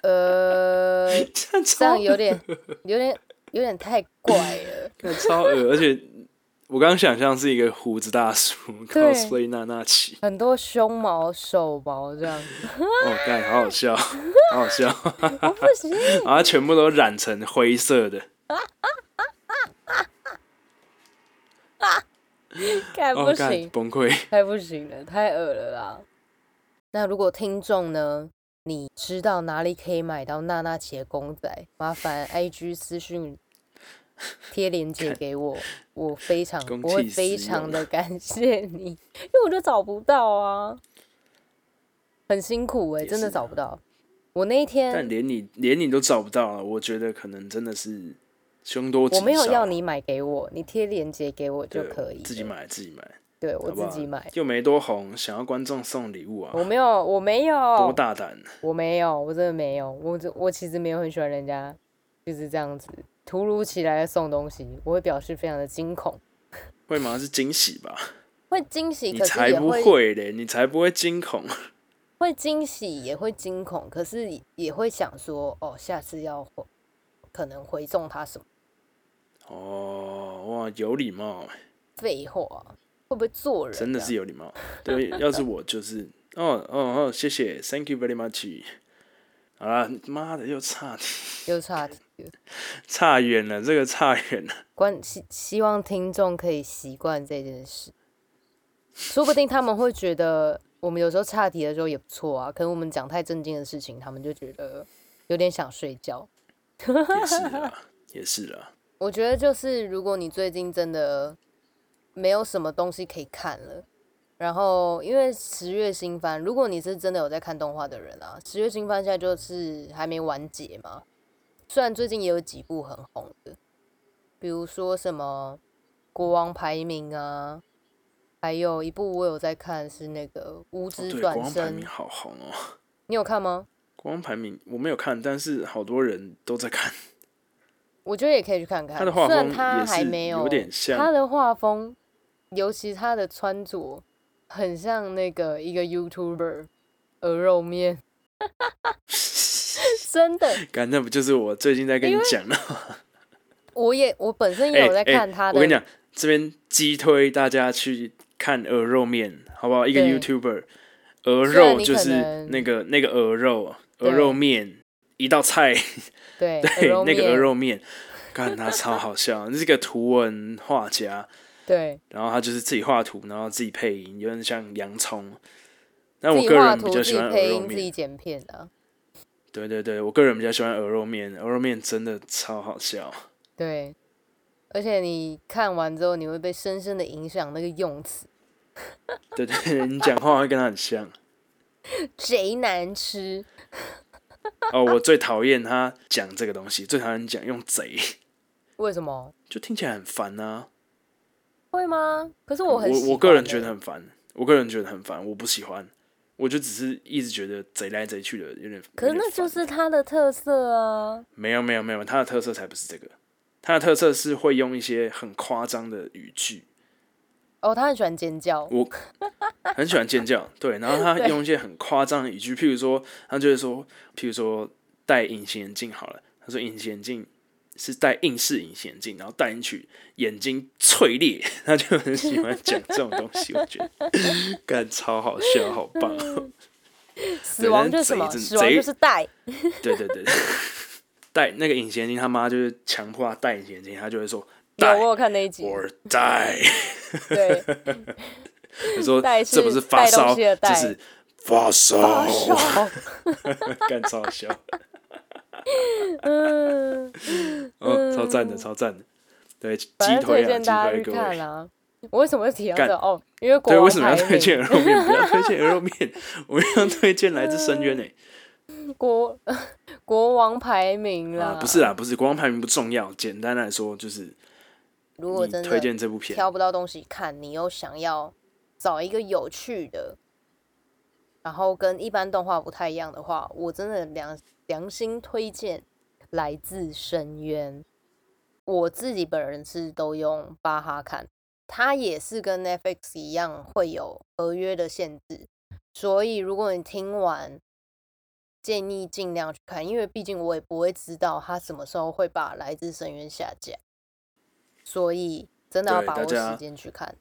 [SPEAKER 1] 呃，
[SPEAKER 2] 这
[SPEAKER 1] 这
[SPEAKER 2] 样超
[SPEAKER 1] 样有点
[SPEAKER 2] 哦
[SPEAKER 1] 有点有点太怪了。
[SPEAKER 2] 超恶，而且我刚想象是一个胡子大叔
[SPEAKER 1] 对
[SPEAKER 2] cosplay 娜娜奇，
[SPEAKER 1] 很多胸毛、手毛这样，
[SPEAKER 2] 哦，干，好好笑，好好笑，
[SPEAKER 1] 我不行。
[SPEAKER 2] 然后他全部都染成灰色的，
[SPEAKER 1] 该 不
[SPEAKER 2] 哦，干，
[SPEAKER 1] 行，
[SPEAKER 2] 崩溃，
[SPEAKER 1] 太不行了，太恶了啦。那如果听众呢，你知道哪里可以买到娜娜姐公仔，麻烦 IG 私 讯贴链接
[SPEAKER 2] 看
[SPEAKER 1] 给我，我非常
[SPEAKER 2] 公
[SPEAKER 1] 我会
[SPEAKER 2] 器
[SPEAKER 1] 非
[SPEAKER 2] 私
[SPEAKER 1] 常
[SPEAKER 2] 用
[SPEAKER 1] 的感谢你，因为我就找不到啊，很辛苦哎、
[SPEAKER 2] 也
[SPEAKER 1] 真的
[SPEAKER 2] 是
[SPEAKER 1] 找
[SPEAKER 2] 啊
[SPEAKER 1] 不到。我那一
[SPEAKER 2] 但
[SPEAKER 1] 天
[SPEAKER 2] 连你连你都找不到了，啊我觉得可能真的是凶多吉
[SPEAKER 1] 我
[SPEAKER 2] 少，
[SPEAKER 1] 没有要你买给我，你贴链接给我就
[SPEAKER 2] 对
[SPEAKER 1] 可以，
[SPEAKER 2] 自己，买自己买，
[SPEAKER 1] 对我
[SPEAKER 2] 好不
[SPEAKER 1] 自
[SPEAKER 2] 好
[SPEAKER 1] 己买，
[SPEAKER 2] 又没多红，想要观众送礼物啊，
[SPEAKER 1] 我没有，我没有，
[SPEAKER 2] 多大胆。
[SPEAKER 1] 我没有，我真的没有，我这我其实没有很喜欢人家就是这样子突如其来的送东西，我会表示非常的惊恐，
[SPEAKER 2] 会吗？是惊喜吧？
[SPEAKER 1] 会惊喜，
[SPEAKER 2] 你
[SPEAKER 1] 可是
[SPEAKER 2] 才
[SPEAKER 1] 也
[SPEAKER 2] 不
[SPEAKER 1] 会
[SPEAKER 2] 会嘞，你才不会惊恐。
[SPEAKER 1] 会惊喜，也会惊恐，可是也也会想说，哦，下次要回可能回送他什么
[SPEAKER 2] 哦，哇，有礼貌，
[SPEAKER 1] 废话啊、会不会做人？啊
[SPEAKER 2] 真的是，有礼貌。对，要是我就是，哦哦哦，谢谢，Thank you very much。好啦，妈的，又差
[SPEAKER 1] 又差题了。
[SPEAKER 2] 差远了，这个差远了。
[SPEAKER 1] 关希希望听众可以习惯这件事，说不定他们会觉得我们有时候岔题的时候也不错啊。可能我们讲太正经的事情，他们就觉得有点想睡觉。
[SPEAKER 2] 也是啦，也是啦。
[SPEAKER 1] 我觉得就是，如果你最近真的没有什么东西可以看了，然后因为十月新番，如果你是真的有在看动画的人啊，十月新番现在就是还没完结嘛。虽然最近也有几部很红的，比如说什么《国王排名》啊，还有一部我有在看是那个《无
[SPEAKER 2] 哦
[SPEAKER 1] 知
[SPEAKER 2] 对，
[SPEAKER 1] 转
[SPEAKER 2] 国王排
[SPEAKER 1] 身
[SPEAKER 2] 名》，好红哦。
[SPEAKER 1] 你有看吗？
[SPEAKER 2] 国王排名我没有看，但是好多人都 在看。
[SPEAKER 1] 我觉得也可以去看看。
[SPEAKER 2] 他的画
[SPEAKER 1] 虽然
[SPEAKER 2] 风
[SPEAKER 1] 他
[SPEAKER 2] 也
[SPEAKER 1] 还
[SPEAKER 2] 是
[SPEAKER 1] 没
[SPEAKER 2] 有
[SPEAKER 1] 有
[SPEAKER 2] 点像
[SPEAKER 1] 他的画风，尤其他的穿着，很像那个一个 YouTuber 鹅肉面， 真的。
[SPEAKER 2] 干，那不就是我最近在跟你讲的？
[SPEAKER 1] 我也我本身也
[SPEAKER 2] 哎
[SPEAKER 1] 有在
[SPEAKER 2] 哎
[SPEAKER 1] 看他
[SPEAKER 2] 我
[SPEAKER 1] 的，
[SPEAKER 2] 跟你讲，这边激推大家去看鹅肉面，好不好？一个
[SPEAKER 1] 对
[SPEAKER 2] YouTuber，鹅
[SPEAKER 1] 虽然
[SPEAKER 2] 肉
[SPEAKER 1] 你
[SPEAKER 2] 就
[SPEAKER 1] 可
[SPEAKER 2] 是
[SPEAKER 1] 能
[SPEAKER 2] 那个那个鹅肉，
[SPEAKER 1] 对
[SPEAKER 2] 鹅肉面一道菜，
[SPEAKER 1] 对
[SPEAKER 2] 对，
[SPEAKER 1] 鹅肉
[SPEAKER 2] 那
[SPEAKER 1] 面，
[SPEAKER 2] 个鹅肉面，干他超好笑，这是个图文画家，
[SPEAKER 1] 对，
[SPEAKER 2] 然后他就是自己画图，然后自己配音，有点像洋葱。但
[SPEAKER 1] 自
[SPEAKER 2] 我
[SPEAKER 1] 己
[SPEAKER 2] 个
[SPEAKER 1] 画
[SPEAKER 2] 人比
[SPEAKER 1] 图、
[SPEAKER 2] 较
[SPEAKER 1] 自
[SPEAKER 2] 喜
[SPEAKER 1] 己
[SPEAKER 2] 欢鹅
[SPEAKER 1] 配
[SPEAKER 2] 肉
[SPEAKER 1] 音、自己
[SPEAKER 2] 面，
[SPEAKER 1] 剪片啊，
[SPEAKER 2] 对对对，我个人比较喜欢鹅肉面，鹅肉面真的超好笑。
[SPEAKER 1] 对。而且你看完之后，你会被深深的影响那个用词
[SPEAKER 2] 对对对，你讲话会跟他很像。
[SPEAKER 1] “贼难吃
[SPEAKER 2] 哦，我最讨厌他讲这个东西，最讨厌讲用贼，”，
[SPEAKER 1] 为什么
[SPEAKER 2] 就听起来很烦呐、
[SPEAKER 1] 会吗？可是我
[SPEAKER 2] 我
[SPEAKER 1] 很
[SPEAKER 2] 我
[SPEAKER 1] 喜
[SPEAKER 2] 个
[SPEAKER 1] 欢
[SPEAKER 2] 人
[SPEAKER 1] 欸
[SPEAKER 2] 觉得很烦，我个人觉得很烦，我不喜欢，我就只是一直觉得贼来贼去的有点。
[SPEAKER 1] 可
[SPEAKER 2] 有
[SPEAKER 1] 是
[SPEAKER 2] 点
[SPEAKER 1] 那就
[SPEAKER 2] 烦
[SPEAKER 1] 是它的特色啊。
[SPEAKER 2] 没有没有没有，他的特色才不是这个，他的特色是会用一些很夸张的语句，
[SPEAKER 1] 哦，他很喜欢尖叫，
[SPEAKER 2] 我很喜欢尖叫，对，然后他
[SPEAKER 1] 对
[SPEAKER 2] 用一些很夸张的语句，譬如说，他就会说，譬如说戴隐形眼镜好了，他说隐形眼镜是戴硬式隐形眼镜，然后戴进去眼睛脆裂，他就很喜欢讲这种东西，我觉得干超好笑，好棒
[SPEAKER 1] 嗯
[SPEAKER 2] 哦，
[SPEAKER 1] 死亡就是什么？
[SPEAKER 2] 但是贼
[SPEAKER 1] 死亡
[SPEAKER 2] 贼
[SPEAKER 1] 就是带。
[SPEAKER 2] 对对对对，戴那个隐形眼镜，他妈就是强迫他戴隐形眼镜，他就会说
[SPEAKER 1] 有啊
[SPEAKER 2] 戴
[SPEAKER 1] 我有看那一集，
[SPEAKER 2] or die。
[SPEAKER 1] 对，
[SPEAKER 2] 你说
[SPEAKER 1] 带
[SPEAKER 2] 这不
[SPEAKER 1] 是
[SPEAKER 2] 是发
[SPEAKER 1] 带东
[SPEAKER 2] 烧，
[SPEAKER 1] 西的
[SPEAKER 2] 这
[SPEAKER 1] 带
[SPEAKER 2] 是发
[SPEAKER 1] 好
[SPEAKER 2] 烧，
[SPEAKER 1] 笑，
[SPEAKER 2] 啊 干超好笑，
[SPEAKER 1] 嗯，
[SPEAKER 2] 嗯，超赞的，超赞的，对，鸡
[SPEAKER 1] 反正推
[SPEAKER 2] 腿啊，
[SPEAKER 1] 荐
[SPEAKER 2] 鸡
[SPEAKER 1] 大家
[SPEAKER 2] 腿
[SPEAKER 1] 去
[SPEAKER 2] 各
[SPEAKER 1] 看
[SPEAKER 2] 位，
[SPEAKER 1] 啊。我为什么会提到这
[SPEAKER 2] 干
[SPEAKER 1] 个？哦，因为国
[SPEAKER 2] 对，
[SPEAKER 1] 王
[SPEAKER 2] 为什么要
[SPEAKER 1] 排
[SPEAKER 2] 推荐
[SPEAKER 1] 名，
[SPEAKER 2] 鹅肉面？不要推荐鹅肉面，我们要推荐来自深渊欸 诶、
[SPEAKER 1] 国 国王排名啦
[SPEAKER 2] 啊，。不是，啦，不是，国王排名不重要，简单来说就是
[SPEAKER 1] 如果
[SPEAKER 2] 你
[SPEAKER 1] 真
[SPEAKER 2] 推
[SPEAKER 1] 的
[SPEAKER 2] 荐这部片，
[SPEAKER 1] 挑不到东西看，你又想要找一个有趣的，然后跟一般动画不太一样的话，我真的良良心推荐《来自深渊》。我自己本人是都用巴哈看，它也是跟 Netflix 一样会有合约的限制，所以如果你听完，建议尽量去看，因为毕竟我也不会知道它什么时候会把《来自深渊》下架，所以真的要
[SPEAKER 2] 对
[SPEAKER 1] 把
[SPEAKER 2] 大
[SPEAKER 1] 握
[SPEAKER 2] 家
[SPEAKER 1] 时间去看，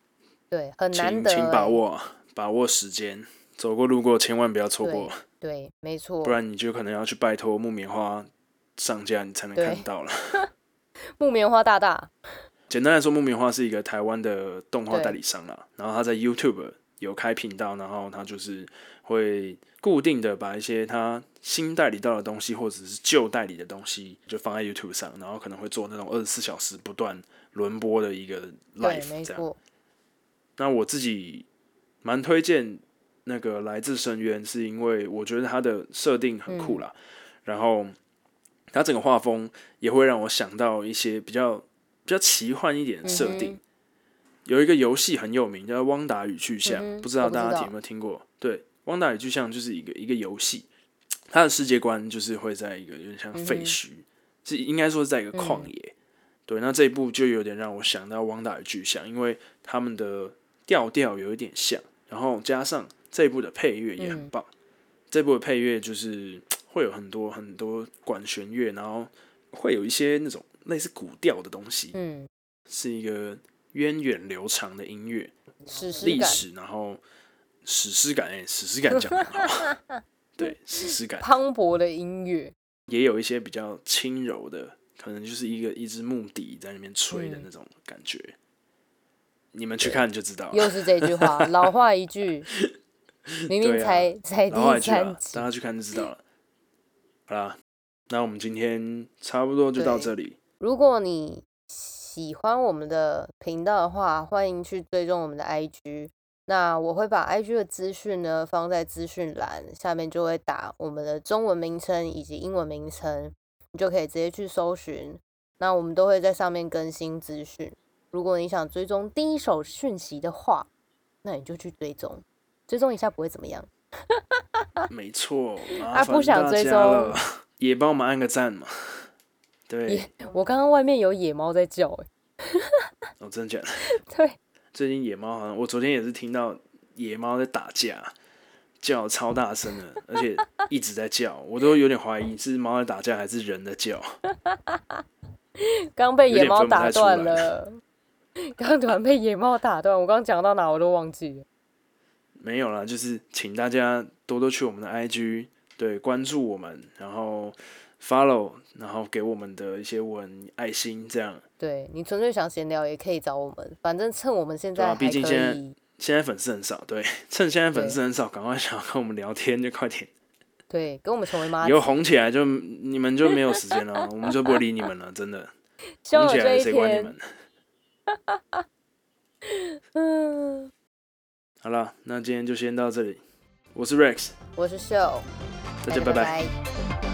[SPEAKER 1] 对，很难
[SPEAKER 2] 请
[SPEAKER 1] 得、
[SPEAKER 2] 请把
[SPEAKER 1] 欸
[SPEAKER 2] 握把握时间，走过路过千万不要错
[SPEAKER 1] 对
[SPEAKER 2] 过，
[SPEAKER 1] 对，没错
[SPEAKER 2] 不。然你就可能要去拜托木棉花上架，你才能
[SPEAKER 1] 对
[SPEAKER 2] 看到了。
[SPEAKER 1] 木棉花大大，
[SPEAKER 2] 简单来说，木棉花是一个台湾的动画
[SPEAKER 1] 对
[SPEAKER 2] 代理商啦，然后他在 YouTube 有开频道，然后他就是会固定的把一些他新代理到的东西，或者是旧代理的东西，就放在 YouTube 上，然后可能会做那种二十四小时不断轮播的一个
[SPEAKER 1] 对，
[SPEAKER 2] live
[SPEAKER 1] 没
[SPEAKER 2] 这样。
[SPEAKER 1] 错，
[SPEAKER 2] 那我自己蛮推荐那个《来自深渊》，是因为我觉得它的设定很酷
[SPEAKER 1] 嗯
[SPEAKER 2] 啦，然后它整个画风也会让我想到一些比较比较奇幻一点的设定。
[SPEAKER 1] 嗯
[SPEAKER 2] 有一个游戏很有名，叫《汪达与巨像》，
[SPEAKER 1] 嗯哼
[SPEAKER 2] 不知道
[SPEAKER 1] 我不知
[SPEAKER 2] 大家
[SPEAKER 1] 道
[SPEAKER 2] 有没有听过？对，《汪达与巨像》就是一个一个游戏，它的世界观就是会在一个有点
[SPEAKER 1] 嗯
[SPEAKER 2] 像废墟，是应该说是在一个旷野。对，那这一部就有点让我想到《汪达与巨像》，因为他们的调调有一点像，然后加上这一部的配乐也很
[SPEAKER 1] 嗯
[SPEAKER 2] 棒。这部的配乐就是会有很多很多管弦乐，然后会有一些那种类似古调的东西，
[SPEAKER 1] 嗯，
[SPEAKER 2] 是一个源远流长的音乐，
[SPEAKER 1] 史诗
[SPEAKER 2] 历
[SPEAKER 1] 感，
[SPEAKER 2] 史，然后史诗感，哎、史诗感讲得很好， 对，史诗感
[SPEAKER 1] 磅礴的音乐，
[SPEAKER 2] 也有一些比较轻柔的，可能就是一个一支木笛在那边吹的
[SPEAKER 1] 嗯
[SPEAKER 2] 那种感觉。你们去看就知道了。
[SPEAKER 1] 又是这句话，老话一 句，明明
[SPEAKER 2] 对啊
[SPEAKER 1] 才、才
[SPEAKER 2] 然后还
[SPEAKER 1] 第
[SPEAKER 2] 去啊
[SPEAKER 1] 三，集
[SPEAKER 2] 大，家去看就知道了。好啦，那我们今天差不多就到
[SPEAKER 1] 对
[SPEAKER 2] 这里。
[SPEAKER 1] 如果你喜欢我们的频道的话，欢迎去追踪我们的 IG。那我会把 IG 的资讯呢放在资讯栏下面，就会打我们的中文名称以及英文名称，你就可以直接去搜寻。那我们都会在上面更新资讯。如果你想追踪第一手讯息的话，那你就去追踪，追踪一下不会怎么样。
[SPEAKER 2] 没错，麻
[SPEAKER 1] 啊不
[SPEAKER 2] 烦
[SPEAKER 1] 想
[SPEAKER 2] 大
[SPEAKER 1] 追
[SPEAKER 2] 家
[SPEAKER 1] 踪
[SPEAKER 2] 了，也帮我们按个赞嘛。对，
[SPEAKER 1] 我刚刚外面有野猫在叫、欸，
[SPEAKER 2] 我、哦真的假的？
[SPEAKER 1] 对，
[SPEAKER 2] 最近野猫好像，我昨天也是听到野猫在打架，叫超大声的，而且一直在叫，我都有点怀疑是猫在打架还是人在叫。
[SPEAKER 1] 刚被
[SPEAKER 2] 有
[SPEAKER 1] 野
[SPEAKER 2] 点
[SPEAKER 1] 猫
[SPEAKER 2] 分不
[SPEAKER 1] 打
[SPEAKER 2] 太出
[SPEAKER 1] 断
[SPEAKER 2] 来
[SPEAKER 1] 了，刚突然被野猫打断，我刚讲到哪我都忘记了。
[SPEAKER 2] 没有啦，就是请大家多多去我们的 IG，对，关注我们，然后 follow，然后给我们的一些文爱心，这样。
[SPEAKER 1] 对你纯粹想闲聊也可以找我们，反正趁我们现
[SPEAKER 2] 对
[SPEAKER 1] 在
[SPEAKER 2] 啊
[SPEAKER 1] 还可
[SPEAKER 2] 毕
[SPEAKER 1] 以，
[SPEAKER 2] 竟现在现在粉丝很少，对，趁现在粉丝很少，赶快想要跟我们聊天就快点，
[SPEAKER 1] 对，跟我们成为妈
[SPEAKER 2] 以，后红起来就你们就没有时间了，我们就不会理你们了，真的，
[SPEAKER 1] 希望
[SPEAKER 2] 红
[SPEAKER 1] 有
[SPEAKER 2] 起
[SPEAKER 1] 这
[SPEAKER 2] 来
[SPEAKER 1] 一
[SPEAKER 2] 谁管你
[SPEAKER 1] 天。
[SPEAKER 2] 们？
[SPEAKER 1] 嗯，
[SPEAKER 2] 好了，那今天就先到这里，我是 Rex，
[SPEAKER 1] 我是秀，
[SPEAKER 2] 大家拜拜。
[SPEAKER 1] 拜